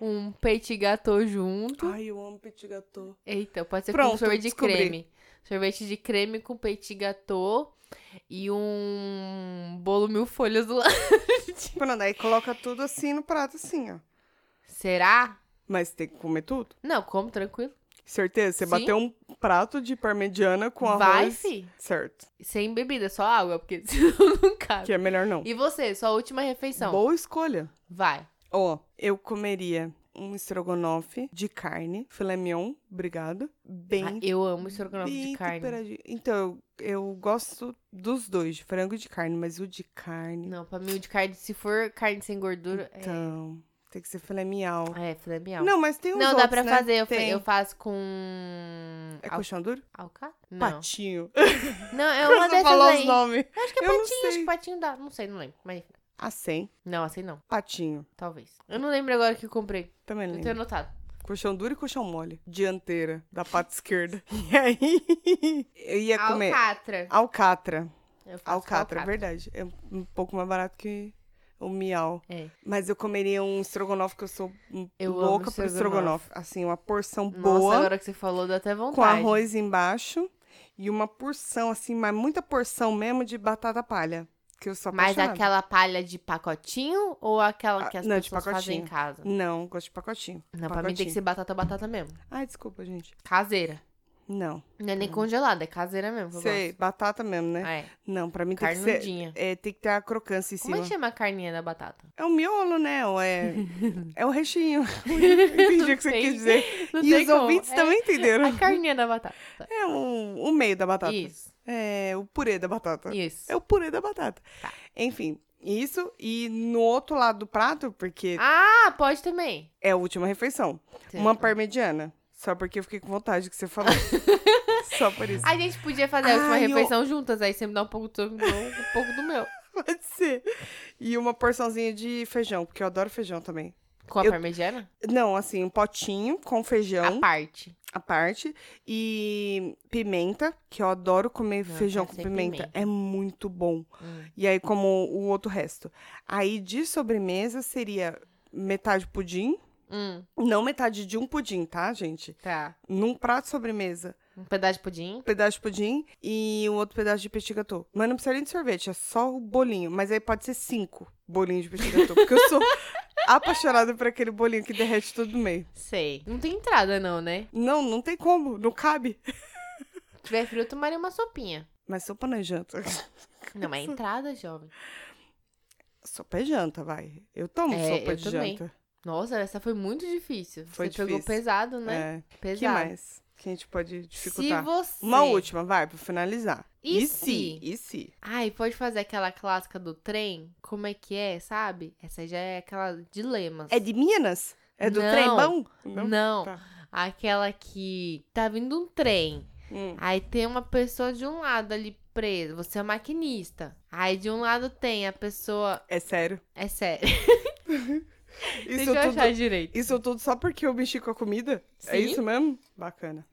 Speaker 3: um petit gâteau junto.
Speaker 4: Ai, eu amo petit gâteau.
Speaker 3: Eita, pode ser com
Speaker 4: Pronto,
Speaker 3: sorvete de
Speaker 4: descobri.
Speaker 3: creme. Sorvete de creme com petit gâteau e um bolo mil folhas do lado.
Speaker 4: Pronto, aí Tipo, coloca tudo assim no prato, assim, ó.
Speaker 3: Será?
Speaker 4: Mas tem que comer tudo?
Speaker 3: Não, como tranquilo.
Speaker 4: Certeza? Você
Speaker 3: Sim.
Speaker 4: bateu um prato de parmegiana com arroz.
Speaker 3: Vai, fi.
Speaker 4: Certo.
Speaker 3: Sem bebida, só água, porque senão não cabe.
Speaker 4: Que é melhor não.
Speaker 3: E você, sua última refeição?
Speaker 4: Boa escolha.
Speaker 3: Vai.
Speaker 4: Ó, eu comeria um estrogonofe de carne, filé mignon, obrigado. Bem,
Speaker 3: Ah, eu amo estrogonofe
Speaker 4: bem
Speaker 3: de carne.
Speaker 4: temperadinho. Então, eu, eu gosto dos dois, de frango e de carne, mas o de carne.
Speaker 3: Não, pra mim o de carne, se for carne sem gordura, é-
Speaker 4: Então, tem que ser filé mignon.
Speaker 3: é, filé mignon.
Speaker 4: Não, mas tem uns
Speaker 3: Não, dá
Speaker 4: outros,
Speaker 3: pra
Speaker 4: né?
Speaker 3: fazer, eu, fa-
Speaker 4: Tem.
Speaker 3: eu faço com...
Speaker 4: É
Speaker 3: Al...
Speaker 4: colchão duro?
Speaker 3: Alcatra? Não.
Speaker 4: Patinho.
Speaker 3: Não, é uma
Speaker 4: Você
Speaker 3: dessas
Speaker 4: falou
Speaker 3: aí.
Speaker 4: os nomes.
Speaker 3: Eu Acho que é
Speaker 4: Eu não
Speaker 3: patinho, acho
Speaker 4: sei.
Speaker 3: que patinho dá. Não sei, não lembro. Mas, enfim.
Speaker 4: Assim,
Speaker 3: não, assim não,
Speaker 4: patinho.
Speaker 3: talvez. Eu não lembro agora que eu comprei.
Speaker 4: Também
Speaker 3: Eu
Speaker 4: lembro.
Speaker 3: tenho anotado.
Speaker 4: Colchão duro e colchão mole. Dianteira, da pata esquerda. E aí, eu ia comer
Speaker 3: Alcatra.
Speaker 4: alcatra.
Speaker 3: Eu faço com
Speaker 4: Alcatra, verdade. É um pouco mais barato que o miau.
Speaker 3: É.
Speaker 4: Mas eu comeria um estrogonofe, que eu sou um
Speaker 3: Eu amo
Speaker 4: louca por
Speaker 3: estrogonofe.
Speaker 4: estrogonofe. Assim, uma porção
Speaker 3: Nossa,
Speaker 4: boa,
Speaker 3: agora que você falou, dá até vontade.
Speaker 4: com arroz embaixo. E uma porção, assim, mas muita porção mesmo de batata palha. Que eu sou
Speaker 3: Mas
Speaker 4: apaixonada.
Speaker 3: aquela palha de pacotinho ou aquela
Speaker 4: Ah,
Speaker 3: que as
Speaker 4: não, de
Speaker 3: pessoas fazem em
Speaker 4: pacotinho.
Speaker 3: casa?
Speaker 4: Não, gosto de pacotinho.
Speaker 3: Não, pra mim tem que
Speaker 4: Pacotinho.
Speaker 3: ser batata, batata mesmo.
Speaker 4: Ai, desculpa, gente.
Speaker 3: Caseira.
Speaker 4: Não.
Speaker 3: Não é nem congelada, é caseira mesmo. que eu
Speaker 4: Hum. Sei,
Speaker 3: gosto.
Speaker 4: batata mesmo, né?
Speaker 3: É,
Speaker 4: Não, pra mim tem que ser...
Speaker 3: carnudinha.
Speaker 4: É, tem que ter a crocância em
Speaker 3: Como
Speaker 4: cima.
Speaker 3: é que chama a carninha da batata?
Speaker 4: É um miolo, né? Ou é... é um recheio. Entendi o que você
Speaker 3: sei.
Speaker 4: quis dizer.
Speaker 3: Não
Speaker 4: e
Speaker 3: tem
Speaker 4: os
Speaker 3: como.
Speaker 4: ouvintes
Speaker 3: É
Speaker 4: também entenderam.
Speaker 3: A carninha da batata.
Speaker 4: É o, o meio da batata.
Speaker 3: Isso,
Speaker 4: É o purê da batata.
Speaker 3: isso.
Speaker 4: É o purê da batata.
Speaker 3: Tá.
Speaker 4: Enfim, isso. E no outro lado do prato, porque
Speaker 3: Ah, pode também.
Speaker 4: é a última refeição. Uma parmegiana. Só porque eu fiquei com vontade que você falou. Só por isso.
Speaker 3: A gente podia fazer a última
Speaker 4: Ai, eu-
Speaker 3: refeição juntas, aí você me dá um pouco do seu, um pouco do meu.
Speaker 4: Pode ser. E uma porçãozinha de feijão, porque eu adoro feijão também.
Speaker 3: Com a
Speaker 4: Eu- Então?
Speaker 3: parmegiana?
Speaker 4: Não, assim, um potinho com
Speaker 3: A
Speaker 4: feijão
Speaker 3: parte.
Speaker 4: à parte. E pimenta, que eu adoro comer
Speaker 3: Não,
Speaker 4: feijão
Speaker 3: tá
Speaker 4: com
Speaker 3: sem
Speaker 4: pimenta.
Speaker 3: pimenta.
Speaker 4: É muito bom.
Speaker 3: Hum.
Speaker 4: E aí, como o outro resto. Aí, de sobremesa, seria metade pudim.
Speaker 3: Hum,
Speaker 4: Não metade de um pudim, tá, gente?
Speaker 3: tá.
Speaker 4: Num prato de sobremesa.
Speaker 3: Um pedaço de
Speaker 4: Um
Speaker 3: pudim.
Speaker 4: pedaço de pudim e um outro pedaço de petit gâteau. Mas não precisa nem de sorvete, é só o bolinho. Mas aí pode ser cinco bolinhos de petit gâteau. porque eu sou apaixonada por aquele bolinho que derrete tudo no meio.
Speaker 3: Sei. Não tem entrada, não, né?
Speaker 4: Não, não tem como, não cabe.
Speaker 3: Se tiver frio, eu tomaria uma sopinha.
Speaker 4: Mas sopa não é janta.
Speaker 3: Não, mas é entrada, jovem.
Speaker 4: Sopa é janta, vai. Eu tomo
Speaker 3: É,
Speaker 4: sopa
Speaker 3: eu
Speaker 4: de
Speaker 3: também.
Speaker 4: janta.
Speaker 3: Nossa, essa foi muito difícil.
Speaker 4: Foi
Speaker 3: você pegou
Speaker 4: difícil.
Speaker 3: pesado, né?
Speaker 4: É. que
Speaker 3: Pesado.
Speaker 4: mais? que a gente pode
Speaker 3: Se
Speaker 4: dificultar.
Speaker 3: você.
Speaker 4: Uma última, vai, pra finalizar.
Speaker 3: E se?
Speaker 4: se? E se?
Speaker 3: Ai, pode fazer aquela clássica do trem? Como é que é, sabe? Essa já é aquela dilemas.
Speaker 4: É de Minas? É do
Speaker 3: Não.
Speaker 4: trem bom?
Speaker 3: Não.
Speaker 4: Tá.
Speaker 3: Aquela que tá vindo um trem.
Speaker 4: Hum.
Speaker 3: Aí tem uma pessoa de um lado ali presa. Você é o maquinista. Aí de um lado tem a pessoa.
Speaker 4: É sério.
Speaker 3: É sério.
Speaker 4: Isso
Speaker 3: Deixa eu
Speaker 4: tudo,
Speaker 3: achar direito.
Speaker 4: isso tudo só porque eu mexi com a comida?
Speaker 3: Sim.
Speaker 4: É isso mesmo? Bacana.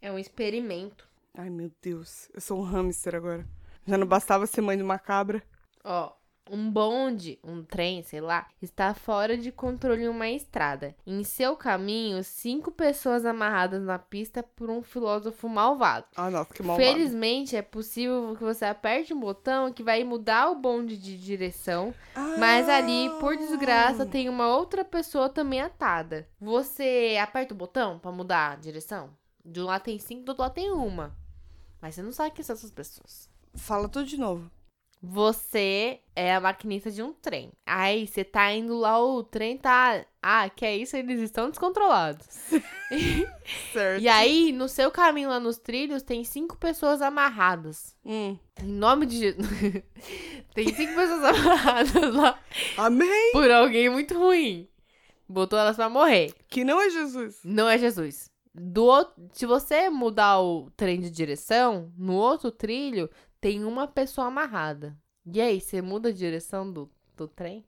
Speaker 3: É um experimento.
Speaker 4: Ai, meu Deus. Eu sou um hamster agora. Já não bastava ser mãe de uma cabra.
Speaker 3: Ó. Um bonde, um trem, sei lá, está fora de controle em uma estrada. Em seu caminho, cinco pessoas amarradas na pista por um filósofo malvado.
Speaker 4: Ah, nossa, que malvado.
Speaker 3: Felizmente, é possível que você aperte um botão que vai mudar o bonde de direção,
Speaker 4: Ah!
Speaker 3: mas ali, por desgraça, tem uma outra pessoa também atada. Você aperta o botão pra mudar a direção? De um lado tem cinco, do outro lado tem uma. Mas você não sabe quem são essas pessoas.
Speaker 4: Fala tudo de novo.
Speaker 3: Você é a maquinista de um trem. Aí você tá indo lá, o trem tá. Ah, que é isso? Eles estão descontrolados.
Speaker 4: Certo.
Speaker 3: E aí, no seu caminho lá nos trilhos, tem cinco pessoas amarradas.
Speaker 4: Hum.
Speaker 3: Em nome de Jesus. Tem cinco pessoas amarradas lá
Speaker 4: Amém!
Speaker 3: por alguém muito ruim. Botou elas pra morrer.
Speaker 4: Que não é Jesus.
Speaker 3: Não é Jesus. Do outro, se você mudar o trem de direção, no outro trilho tem uma pessoa amarrada. E aí, você muda a direção do, do trem?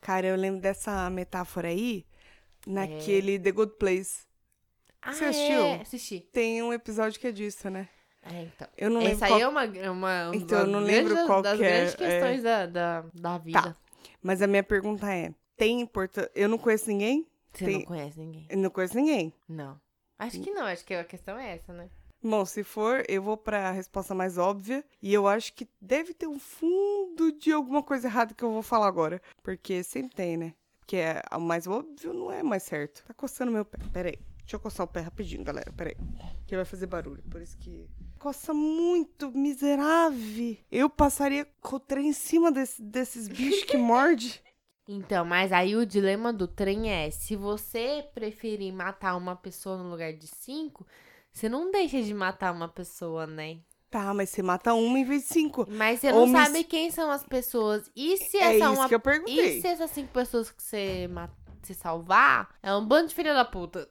Speaker 4: Cara, eu lembro dessa metáfora aí
Speaker 3: É.
Speaker 4: naquele The Good Place. Você
Speaker 3: Ah, É,
Speaker 4: assistiu?
Speaker 3: assisti.
Speaker 4: Tem um episódio que é disso, né?
Speaker 3: É, então.
Speaker 4: Eu não lembro
Speaker 3: Essa
Speaker 4: qual...
Speaker 3: aí é uma, é uma, uma
Speaker 4: Então, eu não
Speaker 3: grande
Speaker 4: lembro
Speaker 3: das-
Speaker 4: qual
Speaker 3: das
Speaker 4: que é,
Speaker 3: grandes
Speaker 4: é. Tá.
Speaker 3: questões da, da, da vida.
Speaker 4: Mas a minha pergunta é, tem importância... Eu não conheço ninguém?
Speaker 3: Você
Speaker 4: Tem-
Speaker 3: não conhece ninguém.
Speaker 4: Eu não conheço ninguém.
Speaker 3: Não. Acho que não, acho que a questão é essa, né?
Speaker 4: Bom, se for, eu vou pra resposta mais óbvia. E eu acho que deve ter um fundo de alguma coisa errada que eu vou falar agora. Porque sempre tem, né? Porque é, o mais óbvio não é mais certo. Tá coçando meu pé. Peraí. Deixa eu coçar o pé rapidinho, galera. Peraí. Que vai fazer barulho. Por isso que. Coça muito, miserável. Eu passaria com o trem em cima desse- desses bichos que morde.
Speaker 3: Então, mas aí o dilema do trem é: se você preferir matar uma pessoa no lugar de cinco, você não deixa de matar uma pessoa, né?
Speaker 4: Tá, mas você mata uma em vez de cinco.
Speaker 3: Mas você
Speaker 4: Ou
Speaker 3: não
Speaker 4: me-
Speaker 3: sabe quem são as pessoas. E se
Speaker 4: É
Speaker 3: essa
Speaker 4: isso
Speaker 3: uma.
Speaker 4: que eu
Speaker 3: E
Speaker 4: perguntei.
Speaker 3: se essas cinco pessoas que você ma- se salvar é um bando de filha da puta?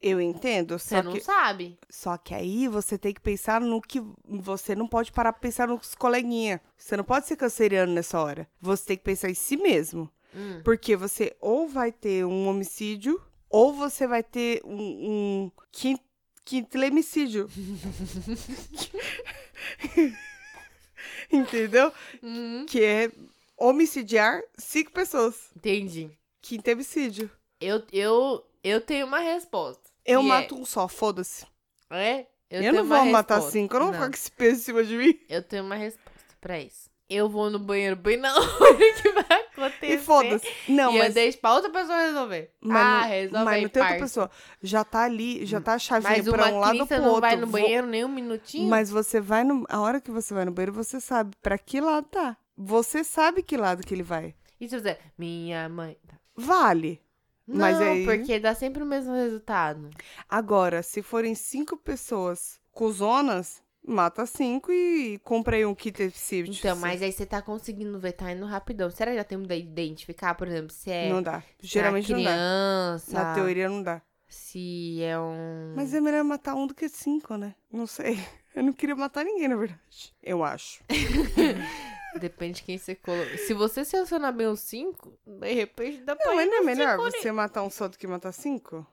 Speaker 4: Eu entendo,
Speaker 3: Você
Speaker 4: só que...
Speaker 3: não sabe.
Speaker 4: Só que aí você tem que pensar no que. Você não pode parar pra pensar nos coleguinha. Você não pode ser canceriano nessa hora. Você tem que pensar em si mesmo.
Speaker 3: Hum.
Speaker 4: Porque você ou vai ter um homicídio, ou você vai ter um, um quin- quintilemicídio. Entendeu?
Speaker 3: Hum,
Speaker 4: Que é homicidiar cinco pessoas.
Speaker 3: entendi.
Speaker 4: Quintemicídio.
Speaker 3: Eu, eu, eu tenho uma resposta.
Speaker 4: Eu
Speaker 3: E é-
Speaker 4: mato um só, foda-se.
Speaker 3: É?
Speaker 4: Eu,
Speaker 3: tenho
Speaker 4: não
Speaker 3: uma
Speaker 4: vou matar
Speaker 3: resposta.
Speaker 4: cinco, eu não, vou ficar com esse peso em cima de mim.
Speaker 3: Eu tenho uma resposta pra isso. Eu vou no banheiro bem na hora que vai acontecer.
Speaker 4: E foda-se. Não,
Speaker 3: e
Speaker 4: mas.
Speaker 3: eu deixo pra outra pessoa resolver.
Speaker 4: Mas
Speaker 3: ah,
Speaker 4: não-
Speaker 3: resolve
Speaker 4: mas
Speaker 3: aí,
Speaker 4: não tem outra
Speaker 3: parça. Hum.
Speaker 4: pessoa. Já tá ali, já tá a chavinha
Speaker 3: Mas o
Speaker 4: pra um lado ou
Speaker 3: maquinista
Speaker 4: pro
Speaker 3: não
Speaker 4: outro.
Speaker 3: vai no
Speaker 4: Vo-
Speaker 3: banheiro nem um minutinho?
Speaker 4: Mas você vai no. A hora que você vai no banheiro, você sabe pra que lado tá. Você sabe que lado que ele vai.
Speaker 3: E se você... é Minha mãe... Tá.
Speaker 4: Vale. Mas
Speaker 3: não,
Speaker 4: aí-
Speaker 3: porque dá sempre o mesmo resultado.
Speaker 4: Agora, se forem cinco pessoas cuzonas, mata cinco e comprei um kit episídio.
Speaker 3: Então, mas aí você tá conseguindo ver, tá indo rapidão. Será que já tem como identificar, por exemplo, se é
Speaker 4: Não dá. Geralmente não dá.
Speaker 3: criança,
Speaker 4: Na teoria não dá.
Speaker 3: se é um...
Speaker 4: Mas é melhor matar um do que cinco, né? Não sei. Eu não queria matar ninguém, na verdade. Eu acho.
Speaker 3: Depende de quem você colocou. Se você selecionar bem os cinco, de repente dá pra
Speaker 4: Não,
Speaker 3: ir
Speaker 4: mas não é
Speaker 3: nos
Speaker 4: melhor
Speaker 3: cinco, né?
Speaker 4: você matar um só do que matar cinco?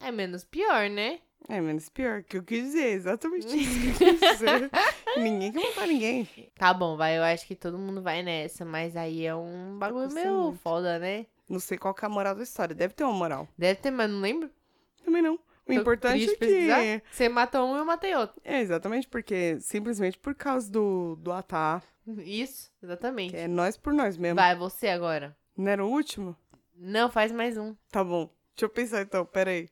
Speaker 3: É menos pior, né?
Speaker 4: É menos pior que eu quis dizer, exatamente isso que eu quis dizer. ninguém quer matar ninguém.
Speaker 3: Tá bom, vai. Eu acho que todo mundo vai nessa, mas aí é um bagulho
Speaker 4: custando
Speaker 3: meio
Speaker 4: muito.
Speaker 3: foda, né?
Speaker 4: Não sei qual que é a moral da história, deve ter uma moral.
Speaker 3: Deve ter, mas não lembro.
Speaker 4: Também não.
Speaker 3: Tô
Speaker 4: O importante
Speaker 3: triste
Speaker 4: é
Speaker 3: pra
Speaker 4: que.
Speaker 3: precisar. Você matou um, eu matei outro.
Speaker 4: É, exatamente, porque simplesmente por causa do, do Atá,
Speaker 3: Isso, exatamente.
Speaker 4: que é nós por nós mesmo.
Speaker 3: Vai, você agora.
Speaker 4: Não era o último?
Speaker 3: Não, faz mais um.
Speaker 4: Tá bom. Deixa eu pensar então, peraí.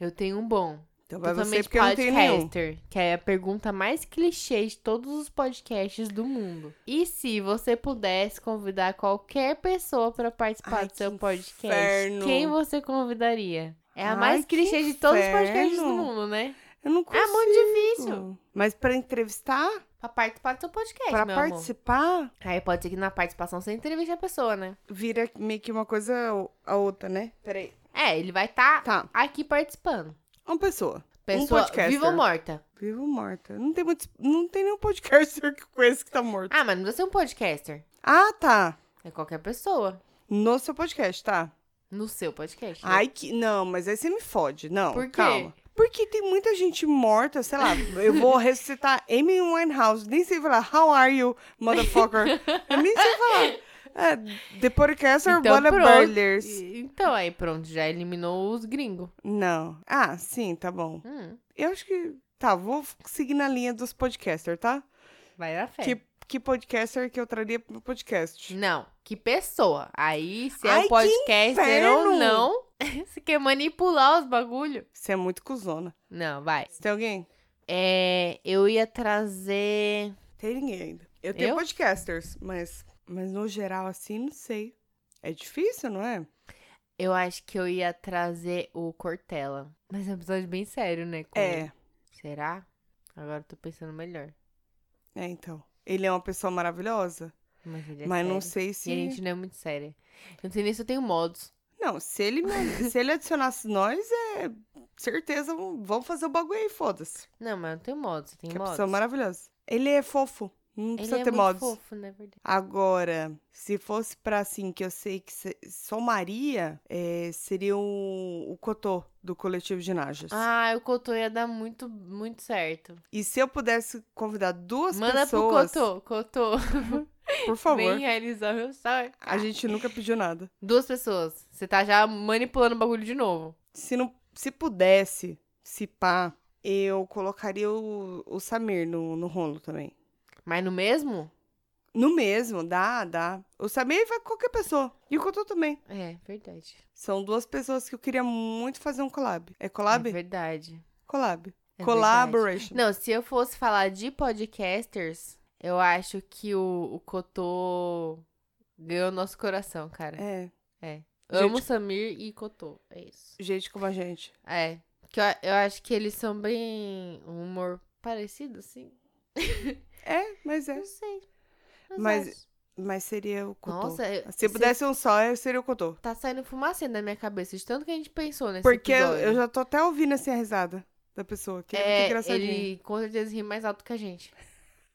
Speaker 3: Eu tenho um bom.
Speaker 4: Então vai você
Speaker 3: Totalmente
Speaker 4: porque eu não tenho nenhum.
Speaker 3: podcaster, que é a pergunta mais clichê de todos os podcasts do mundo. E se você pudesse convidar qualquer pessoa pra participar
Speaker 4: Ai,
Speaker 3: do seu
Speaker 4: que
Speaker 3: podcast,
Speaker 4: inferno.
Speaker 3: quem você convidaria? É a
Speaker 4: Ai,
Speaker 3: mais
Speaker 4: que
Speaker 3: clichê de todos os
Speaker 4: inferno.
Speaker 3: podcasts do mundo, né?
Speaker 4: Eu não consigo.
Speaker 3: É muito difícil.
Speaker 4: Mas pra entrevistar,
Speaker 3: Pra participar do seu podcast,
Speaker 4: pra
Speaker 3: meu amor.
Speaker 4: participar,
Speaker 3: Aí pode ser que na participação você entreviste a pessoa, né?
Speaker 4: vira meio que uma coisa ou- a outra, né? Peraí.
Speaker 3: É, ele vai estar
Speaker 4: Tá.
Speaker 3: aqui participando.
Speaker 4: Uma pessoa. Um
Speaker 3: Pessoa
Speaker 4: podcaster.
Speaker 3: viva ou morta.
Speaker 4: Viva ou morta. Não tem, muito, não tem nenhum podcaster que eu conheço que tá morto.
Speaker 3: Ah, mas não precisa ser um podcaster.
Speaker 4: Ah, tá.
Speaker 3: É qualquer pessoa.
Speaker 4: No seu podcast, tá?
Speaker 3: No seu podcast. né?
Speaker 4: Ai, que. Não, mas aí você me fode. Não,
Speaker 3: Por quê?
Speaker 4: calma. Porque tem muita gente morta, sei lá. Eu vou ressuscitar Amy Winehouse. Nem sei falar, how are you, motherfucker? Eu nem sei falar. É, the podcaster
Speaker 3: Então,
Speaker 4: Bada
Speaker 3: pronto.
Speaker 4: Burlers.
Speaker 3: E- Então, aí pronto, já eliminou os gringos.
Speaker 4: Não. Ah, sim, tá bom.
Speaker 3: Hum,
Speaker 4: Eu acho que. Tá, vou seguir na linha dos podcasters, tá?
Speaker 3: vai na fé.
Speaker 4: Que, que podcaster que eu traria pro meu podcast?
Speaker 3: Não, que pessoa. Aí, se
Speaker 4: Ai,
Speaker 3: é
Speaker 4: que
Speaker 3: um podcaster
Speaker 4: inferno!
Speaker 3: ou não, você quer manipular os bagulho.
Speaker 4: Você é muito cuzona.
Speaker 3: Não, vai.
Speaker 4: Você tem alguém?
Speaker 3: É, eu ia trazer...
Speaker 4: Tem ninguém ainda. Eu tenho
Speaker 3: Eu?
Speaker 4: podcasters, mas, mas no geral, assim, não sei. É difícil, não é?
Speaker 3: Eu acho que eu ia trazer o Cortella. Mas é um episódio bem sério, né? com ele.
Speaker 4: É,
Speaker 3: Será? Agora eu tô pensando melhor.
Speaker 4: é então. Ele é uma pessoa maravilhosa,
Speaker 3: Mas ele é
Speaker 4: mas
Speaker 3: sério.
Speaker 4: não sei
Speaker 3: E a
Speaker 4: se.
Speaker 3: gente não é muito séria. Eu não sei nem se eu tenho modos.
Speaker 4: Não, se ele, me- se ele adicionasse nós, é certeza vão- vamos fazer o bagulho aí, foda-se.
Speaker 3: Não, mas eu não tenho modos. Você tem
Speaker 4: Que é uma
Speaker 3: modos?
Speaker 4: pessoa maravilhosa. Ele é fofo, não
Speaker 3: Ele
Speaker 4: precisa
Speaker 3: é
Speaker 4: ter
Speaker 3: muito
Speaker 4: modos.
Speaker 3: fofo, na verdade.
Speaker 4: Agora, se fosse pra assim, que eu sei que se- somaria, é, seria o, o Cotô do coletivo Ginajas.
Speaker 3: Ah, o Cotô ia dar muito, muito certo.
Speaker 4: E se eu pudesse convidar duas
Speaker 3: Manda
Speaker 4: pessoas,
Speaker 3: pro Cotô, Cotô.
Speaker 4: por favor.
Speaker 3: Vem realizar meu sonho.
Speaker 4: A gente nunca pediu nada.
Speaker 3: Duas pessoas. Você tá já manipulando o bagulho de novo.
Speaker 4: Se não, se pudesse, se pá, eu colocaria o, o Samir no, no rolo também.
Speaker 3: Mas no mesmo?
Speaker 4: No mesmo, dá, dá. O Samir vai com qualquer pessoa. E o Cotô também.
Speaker 3: É, verdade.
Speaker 4: São duas pessoas que eu queria muito fazer um collab. É collab?
Speaker 3: É verdade.
Speaker 4: Collab.
Speaker 3: É
Speaker 4: Collaboration.
Speaker 3: Não, se eu fosse falar de podcasters, eu acho que o, o Cotô ganhou nosso coração, cara.
Speaker 4: É,
Speaker 3: Amo
Speaker 4: gente-
Speaker 3: Samir e Cotô. É isso.
Speaker 4: gente como a gente.
Speaker 3: É. Que eu, eu acho que eles são bem um humor parecido, assim.
Speaker 4: É, mas é.
Speaker 3: Não sei.
Speaker 4: Mas-
Speaker 3: acho.
Speaker 4: Mas seria o Cotô.
Speaker 3: Nossa, eu-
Speaker 4: Se
Speaker 3: cê
Speaker 4: pudesse um só, eu seria o Cotô.
Speaker 3: tá saindo fumacinha da minha cabeça de tanto que a gente pensou nesse
Speaker 4: Porque eu-
Speaker 3: episódio.
Speaker 4: eu já tô até ouvindo assim a risada da pessoa, que é, muito
Speaker 3: é,
Speaker 4: engraçadinho.
Speaker 3: ele com certeza ri mais alto que a gente.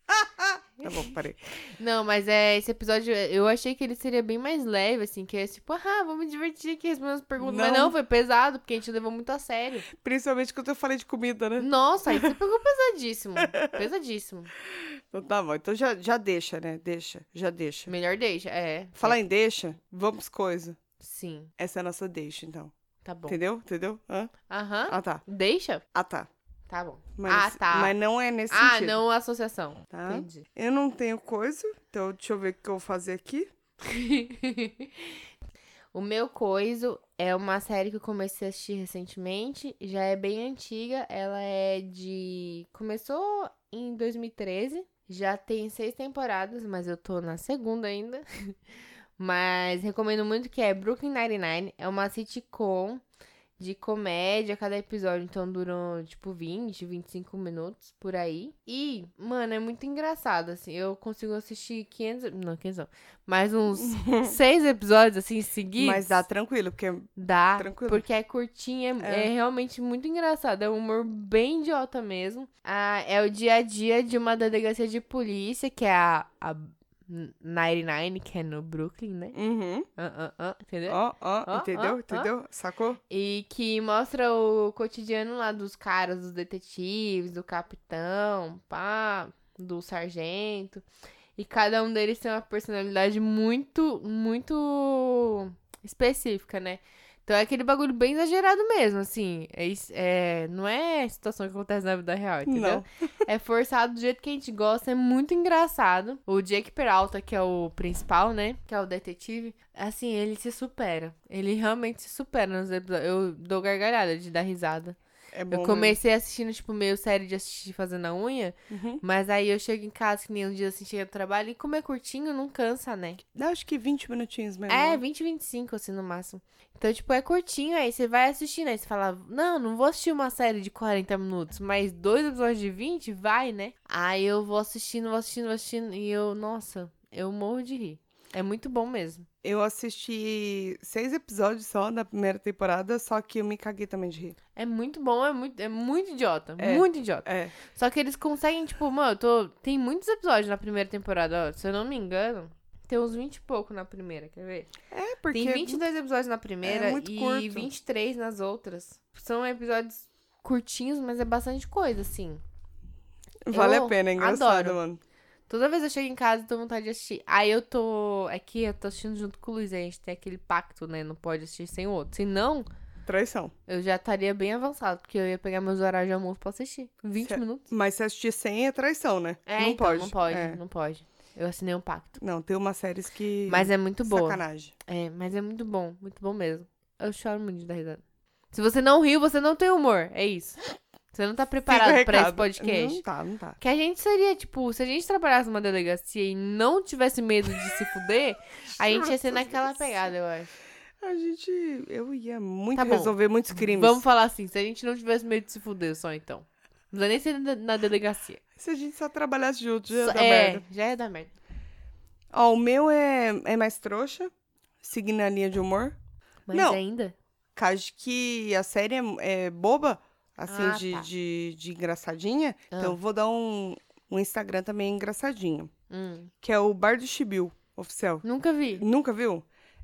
Speaker 4: Tá bom, parei.
Speaker 3: Não, mas é esse episódio, eu achei que ele seria bem mais leve, assim, que é tipo, ah, vamos divertir aqui respondendo as perguntas. Mas
Speaker 4: Não.
Speaker 3: não, foi pesado, porque a gente levou muito a sério.
Speaker 4: Principalmente quando eu falei de comida, né?
Speaker 3: Nossa, aí você pegou pesadíssimo. Pesadíssimo.
Speaker 4: Então tá bom, então já, já deixa, né? Deixa, já deixa.
Speaker 3: Melhor deixa, é.
Speaker 4: Falar em deixa, vamos coisa.
Speaker 3: Sim,
Speaker 4: Essa é a nossa deixa, então.
Speaker 3: tá bom.
Speaker 4: Entendeu? Entendeu? Hã?
Speaker 3: Aham.
Speaker 4: Ah, tá.
Speaker 3: Deixa?
Speaker 4: Ah, tá.
Speaker 3: Tá bom.
Speaker 4: Mas,
Speaker 3: Ah, tá.
Speaker 4: Mas não é nesse
Speaker 3: ah,
Speaker 4: sentido.
Speaker 3: não associação.
Speaker 4: Tá?
Speaker 3: Entendi.
Speaker 4: Eu não tenho coisa, então deixa eu ver o que eu vou fazer aqui.
Speaker 3: o meu coiso é uma série que eu comecei a assistir recentemente, já é bem antiga, ela é de começou em 2013, já tem seis temporadas, mas eu tô na segunda ainda. mas recomendo muito que é Brooklyn Nine-Nine, é uma sitcom de comédia, cada episódio então durou tipo 20, 25 minutos por aí. E, mano, é muito engraçado assim. Eu consigo assistir 500, não, 500 não, mais uns seis episódios assim seguidos.
Speaker 4: Mas dá tranquilo, porque
Speaker 3: Dá,
Speaker 4: Tranquilo.
Speaker 3: porque é curtinha, é.
Speaker 4: É.
Speaker 3: realmente muito engraçado. É um humor bem idiota mesmo. Ah, é o dia a dia de uma delegacia de polícia, que é a, a 99, que é no Brooklyn, né?
Speaker 4: Uhum.
Speaker 3: Ah, ah, ah, entendeu?
Speaker 4: Ó, ó,
Speaker 3: Ó,
Speaker 4: entendeu?
Speaker 3: ó,
Speaker 4: entendeu? Sacou?
Speaker 3: E que mostra o cotidiano lá dos caras, dos detetives, do capitão, pá, do sargento. E cada um deles tem uma personalidade muito, muito específica, né? Então é aquele bagulho bem exagerado mesmo, assim. É, is- é, não é situação que acontece na vida real, entendeu?
Speaker 4: Não.
Speaker 3: É forçado do jeito que a gente gosta, é muito engraçado. O Jake Peralta, que é o principal, né? Que é o detetive. Assim, ele se supera. Ele realmente se supera nos episódios. Eu dou gargalhada de dar risada.
Speaker 4: É bom.
Speaker 3: Eu
Speaker 4: mesmo.
Speaker 3: comecei assistindo, tipo, meio série de assistir fazendo a unha,
Speaker 4: Uhum.
Speaker 3: mas aí eu chego em casa, que nem um dia assim, chega do trabalho, e como é curtinho, não cansa, né?
Speaker 4: Dá acho que 20 minutinhos mesmo.
Speaker 3: É,
Speaker 4: né?
Speaker 3: 20, 25, assim, no máximo. Então, tipo, é curtinho, aí você vai assistindo, aí você fala, não, não vou assistir uma série de 40 minutos, mas dois episódios de 20, vai, né? Aí eu vou assistindo, vou assistindo, vou assistindo, e eu, nossa, eu morro de rir. É muito bom mesmo.
Speaker 4: Eu assisti seis episódios só da primeira temporada, só que eu me caguei também de rir.
Speaker 3: É muito bom, é muito, é muito idiota,
Speaker 4: É.
Speaker 3: muito idiota.
Speaker 4: É.
Speaker 3: Só que eles conseguem, tipo, mano, eu tô... tem muitos episódios na primeira temporada, ó, se eu não me engano, tem uns 20 e pouco na primeira, quer ver?
Speaker 4: É, porque.
Speaker 3: Tem 22 episódios na primeira
Speaker 4: é muito
Speaker 3: e
Speaker 4: curto.
Speaker 3: 23 nas outras. São episódios curtinhos, mas é bastante coisa, assim.
Speaker 4: Vale
Speaker 3: Eu
Speaker 4: a pena, é engraçado,
Speaker 3: adoro.
Speaker 4: mano.
Speaker 3: Toda vez eu chego em casa, eu tenho vontade de assistir. Aí eu tô. Aqui eu tô assistindo junto com o Luiz, aí a gente tem aquele pacto, né? Não pode assistir sem o outro. Se não,
Speaker 4: Traição.
Speaker 3: eu já estaria bem avançado, porque eu ia pegar meus horários de almoço pra assistir. 20
Speaker 4: Certo.
Speaker 3: minutos.
Speaker 4: Mas se assistir sem é traição, né?
Speaker 3: É,
Speaker 4: não
Speaker 3: então,
Speaker 4: pode.
Speaker 3: Não pode,
Speaker 4: É.
Speaker 3: não pode. Eu assinei um pacto.
Speaker 4: Não, tem umas séries que.
Speaker 3: Mas é muito boa.
Speaker 4: Sacanagem.
Speaker 3: É, mas é muito bom, muito bom mesmo. Eu choro muito de dar risada. Se você não riu, você não tem humor. É isso. Você não tá preparado
Speaker 4: Fica o
Speaker 3: pra esse
Speaker 4: recado.
Speaker 3: podcast.
Speaker 4: Não tá, não tá.
Speaker 3: Que a gente seria, tipo, se a gente trabalhasse numa delegacia e não tivesse medo de se fuder, a gente ia ser naquela pegada, eu acho.
Speaker 4: A gente. Eu ia muito
Speaker 3: Tá bom.
Speaker 4: resolver muitos crimes.
Speaker 3: Vamos falar assim, se a gente não tivesse medo de se fuder só então. Não precisa nem ser na, na delegacia.
Speaker 4: Se a gente só trabalhasse junto, já
Speaker 3: Só-
Speaker 4: dá
Speaker 3: é,
Speaker 4: merda.
Speaker 3: já é da merda.
Speaker 4: Ó, o meu é, é mais trouxa, seguindo a linha de humor.
Speaker 3: Mas
Speaker 4: Não.
Speaker 3: ainda.
Speaker 4: Caso que a série é, é boba, assim,
Speaker 3: Ah,
Speaker 4: de,
Speaker 3: tá.
Speaker 4: de, de engraçadinha.
Speaker 3: Ah.
Speaker 4: Então eu vou dar um, um Instagram também engraçadinho.
Speaker 3: Hum,
Speaker 4: Que é o Bar do Chibiu, oficial.
Speaker 3: nunca vi.
Speaker 4: Nunca viu?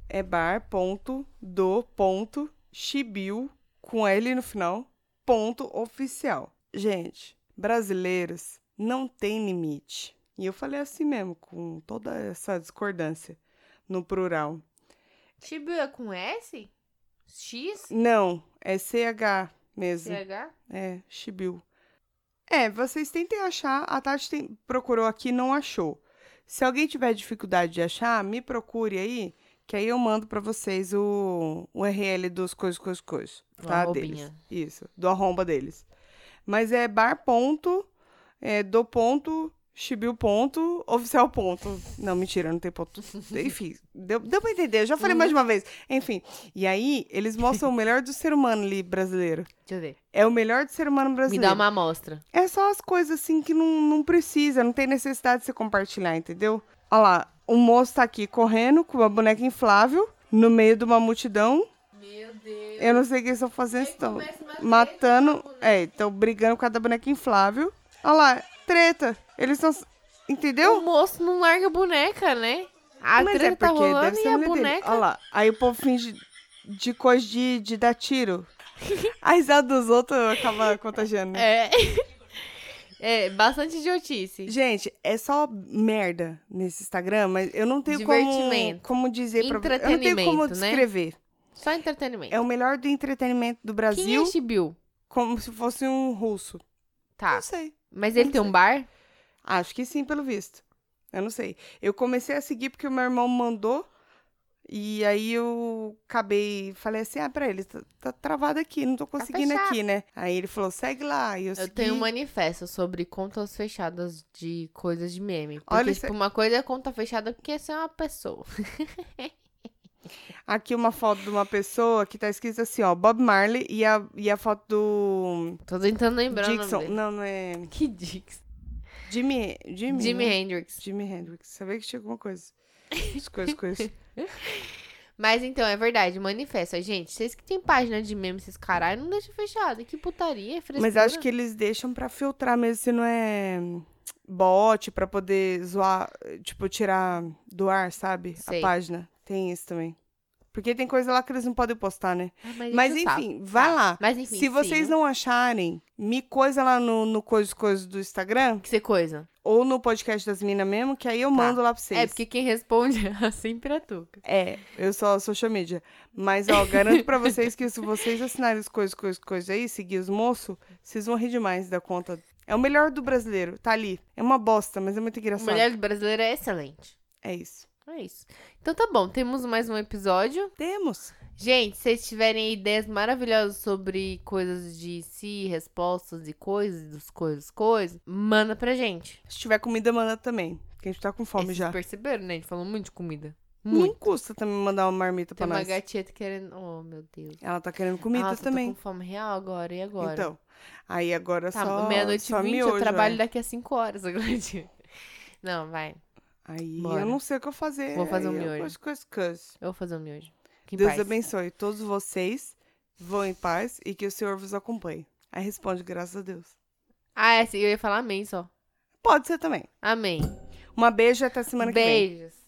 Speaker 4: É bar ponto do ponto Chibiu, com L no final, ponto oficial. Gente, brasileiros não tem limite. E eu falei assim mesmo, com toda essa discordância no plural.
Speaker 3: Chibu é com S? X?
Speaker 4: Não, é CH mesmo.
Speaker 3: CH?
Speaker 4: É, Chibiu. É, vocês tentem achar. A Tati tem- procurou aqui e não achou. Se alguém tiver dificuldade de achar, me procure aí, que aí eu mando pra vocês o, o URL dos coisas, coisas, coisas.
Speaker 3: Do
Speaker 4: Tá?
Speaker 3: arrobinha.
Speaker 4: Deles. Isso, do arromba deles. Mas é bar ponto, é, do ponto, chibiu ponto, oficial ponto. Não, mentira, não tem ponto. Enfim, deu, deu pra entender, eu já
Speaker 3: Uhum.
Speaker 4: falei mais de uma vez. Enfim, e aí eles mostram o melhor do ser humano ali brasileiro.
Speaker 3: Deixa eu ver.
Speaker 4: É o melhor do ser humano
Speaker 3: Me
Speaker 4: brasileiro.
Speaker 3: dá uma amostra.
Speaker 4: É só as coisas assim que não, não precisa, não tem necessidade de você compartilhar, entendeu? Olha lá, um moço tá aqui correndo com uma boneca inflável no meio de uma multidão.
Speaker 3: Meu Deus.
Speaker 4: Eu não sei o que eles estão fazendo, estão matando. É, estão brigando por causa da boneca inflável. Olha lá, treta. Eles estão.
Speaker 3: O
Speaker 4: Entendeu?
Speaker 3: moço não larga a boneca, né? A
Speaker 4: Mas
Speaker 3: treta
Speaker 4: é
Speaker 3: tá
Speaker 4: porque
Speaker 3: rolando
Speaker 4: deve
Speaker 3: e
Speaker 4: ser
Speaker 3: a
Speaker 4: mulher dele.
Speaker 3: boneca.
Speaker 4: Olha lá, aí o povo finge de coisa de, de dar tiro. A risada dos outros acaba contagiando. né?
Speaker 3: É. É, bastante idiotice.
Speaker 4: Gente, é só merda nesse Instagram, mas eu não tenho como,
Speaker 3: Divertimento.
Speaker 4: como dizer pra Eu não tenho como
Speaker 3: Entretenimento, né?
Speaker 4: descrever.
Speaker 3: Só entretenimento.
Speaker 4: É o melhor do entretenimento
Speaker 3: Quem
Speaker 4: do
Speaker 3: é
Speaker 4: Brasil,
Speaker 3: este Bill?
Speaker 4: como se fosse um russo.
Speaker 3: Tá.
Speaker 4: Não sei.
Speaker 3: Mas ele
Speaker 4: não
Speaker 3: tem um bar?
Speaker 4: Acho que sim, pelo visto. Eu não sei. Eu comecei a seguir porque o meu irmão mandou. E aí eu acabei, falei assim, ah, pra ele, tá, tá travado aqui, não tô conseguindo
Speaker 3: Tá fechado.
Speaker 4: aqui, né? Aí ele falou, segue lá, e eu,
Speaker 3: Eu
Speaker 4: segui.
Speaker 3: tenho um manifesto sobre contas fechadas de coisas de meme. Porque,
Speaker 4: Olha,
Speaker 3: tipo, uma coisa é conta fechada porque essa é uma pessoa.
Speaker 4: aqui uma foto de uma pessoa que tá escrito assim, ó, Bob Marley, e a, e a foto do...
Speaker 3: Tô tentando lembrar o
Speaker 4: Dixon.
Speaker 3: nome dele.
Speaker 4: Não, não é.
Speaker 3: Que Dix?
Speaker 4: Jimmy. Jimmy,
Speaker 3: Jimi
Speaker 4: né?
Speaker 3: Hendrix.
Speaker 4: Jimi Hendrix. Sabia que tinha alguma coisa. As coisas, coisas.
Speaker 3: Mas então, é verdade, manifesta. Gente, vocês que tem página de meme, esses caralho, não deixa fechada. Que putaria, é
Speaker 4: Mas
Speaker 3: frescura.
Speaker 4: acho que eles deixam pra filtrar mesmo se não é bot, pra poder zoar, tipo, tirar do ar, sabe?
Speaker 3: Sei.
Speaker 4: A página. Tem isso também. Porque tem coisa lá que eles não podem postar, né?
Speaker 3: Ah, mas,
Speaker 4: Mas
Speaker 3: isso sabe. Tá.
Speaker 4: enfim, vai lá.
Speaker 3: Mas enfim, né?
Speaker 4: se vocês não acharem, me coisa lá no, no Coisas Coisas do Instagram
Speaker 3: Que ser coisa.
Speaker 4: ou no podcast das minas mesmo, que aí eu mando lá pra vocês.
Speaker 3: É, porque quem responde é sempre a Tuca.
Speaker 4: É, eu sou social media. Mas, ó, garanto pra vocês que se vocês assinarem as coisas, coisas, coisas aí, seguir os moços, vocês vão rir demais da conta. É o melhor do brasileiro, tá ali. É uma bosta, mas é muito engraçado.
Speaker 3: Mulher brasileira é excelente.
Speaker 4: É isso.
Speaker 3: É isso. Então tá bom, temos mais um episódio.
Speaker 4: Temos.
Speaker 3: Gente, se vocês tiverem ideias maravilhosas sobre coisas de si, respostas de coisas, dos coisas, coisas, manda pra gente.
Speaker 4: Se tiver comida, manda também. Porque a gente tá com fome
Speaker 3: Vocês
Speaker 4: já.
Speaker 3: perceberam, né? A gente falou muito de comida.
Speaker 4: Não
Speaker 3: Muito.
Speaker 4: custa também mandar uma marmita
Speaker 3: Tem
Speaker 4: pra
Speaker 3: uma
Speaker 4: nós.
Speaker 3: gatita querendo... Oh, meu Deus.
Speaker 4: Ela tá querendo comida
Speaker 3: Nossa, eu
Speaker 4: também.
Speaker 3: tô com fome real agora, e agora?
Speaker 4: Então. Aí agora
Speaker 3: tá,
Speaker 4: só.
Speaker 3: meia-noite e
Speaker 4: só
Speaker 3: vinte, eu
Speaker 4: miojo, né? é.
Speaker 3: trabalho
Speaker 4: ó.
Speaker 3: daqui a cinco horas, Agladinho. Não, vai.
Speaker 4: Aí
Speaker 3: Bora.
Speaker 4: eu não sei o que eu fazer.
Speaker 3: Vou fazer um
Speaker 4: Aí eu-
Speaker 3: miojo.
Speaker 4: cus, cus, cus.
Speaker 3: Eu vou fazer um miojo. Que em
Speaker 4: Deus
Speaker 3: paz.
Speaker 4: abençoe todos vocês. Vão em paz e que o Senhor vos acompanhe. Aí responde, graças a Deus.
Speaker 3: Ah, é, sim, eu ia falar amém só.
Speaker 4: Pode ser também.
Speaker 3: Amém.
Speaker 4: Uma beijo e até semana que vem.
Speaker 3: Beijos.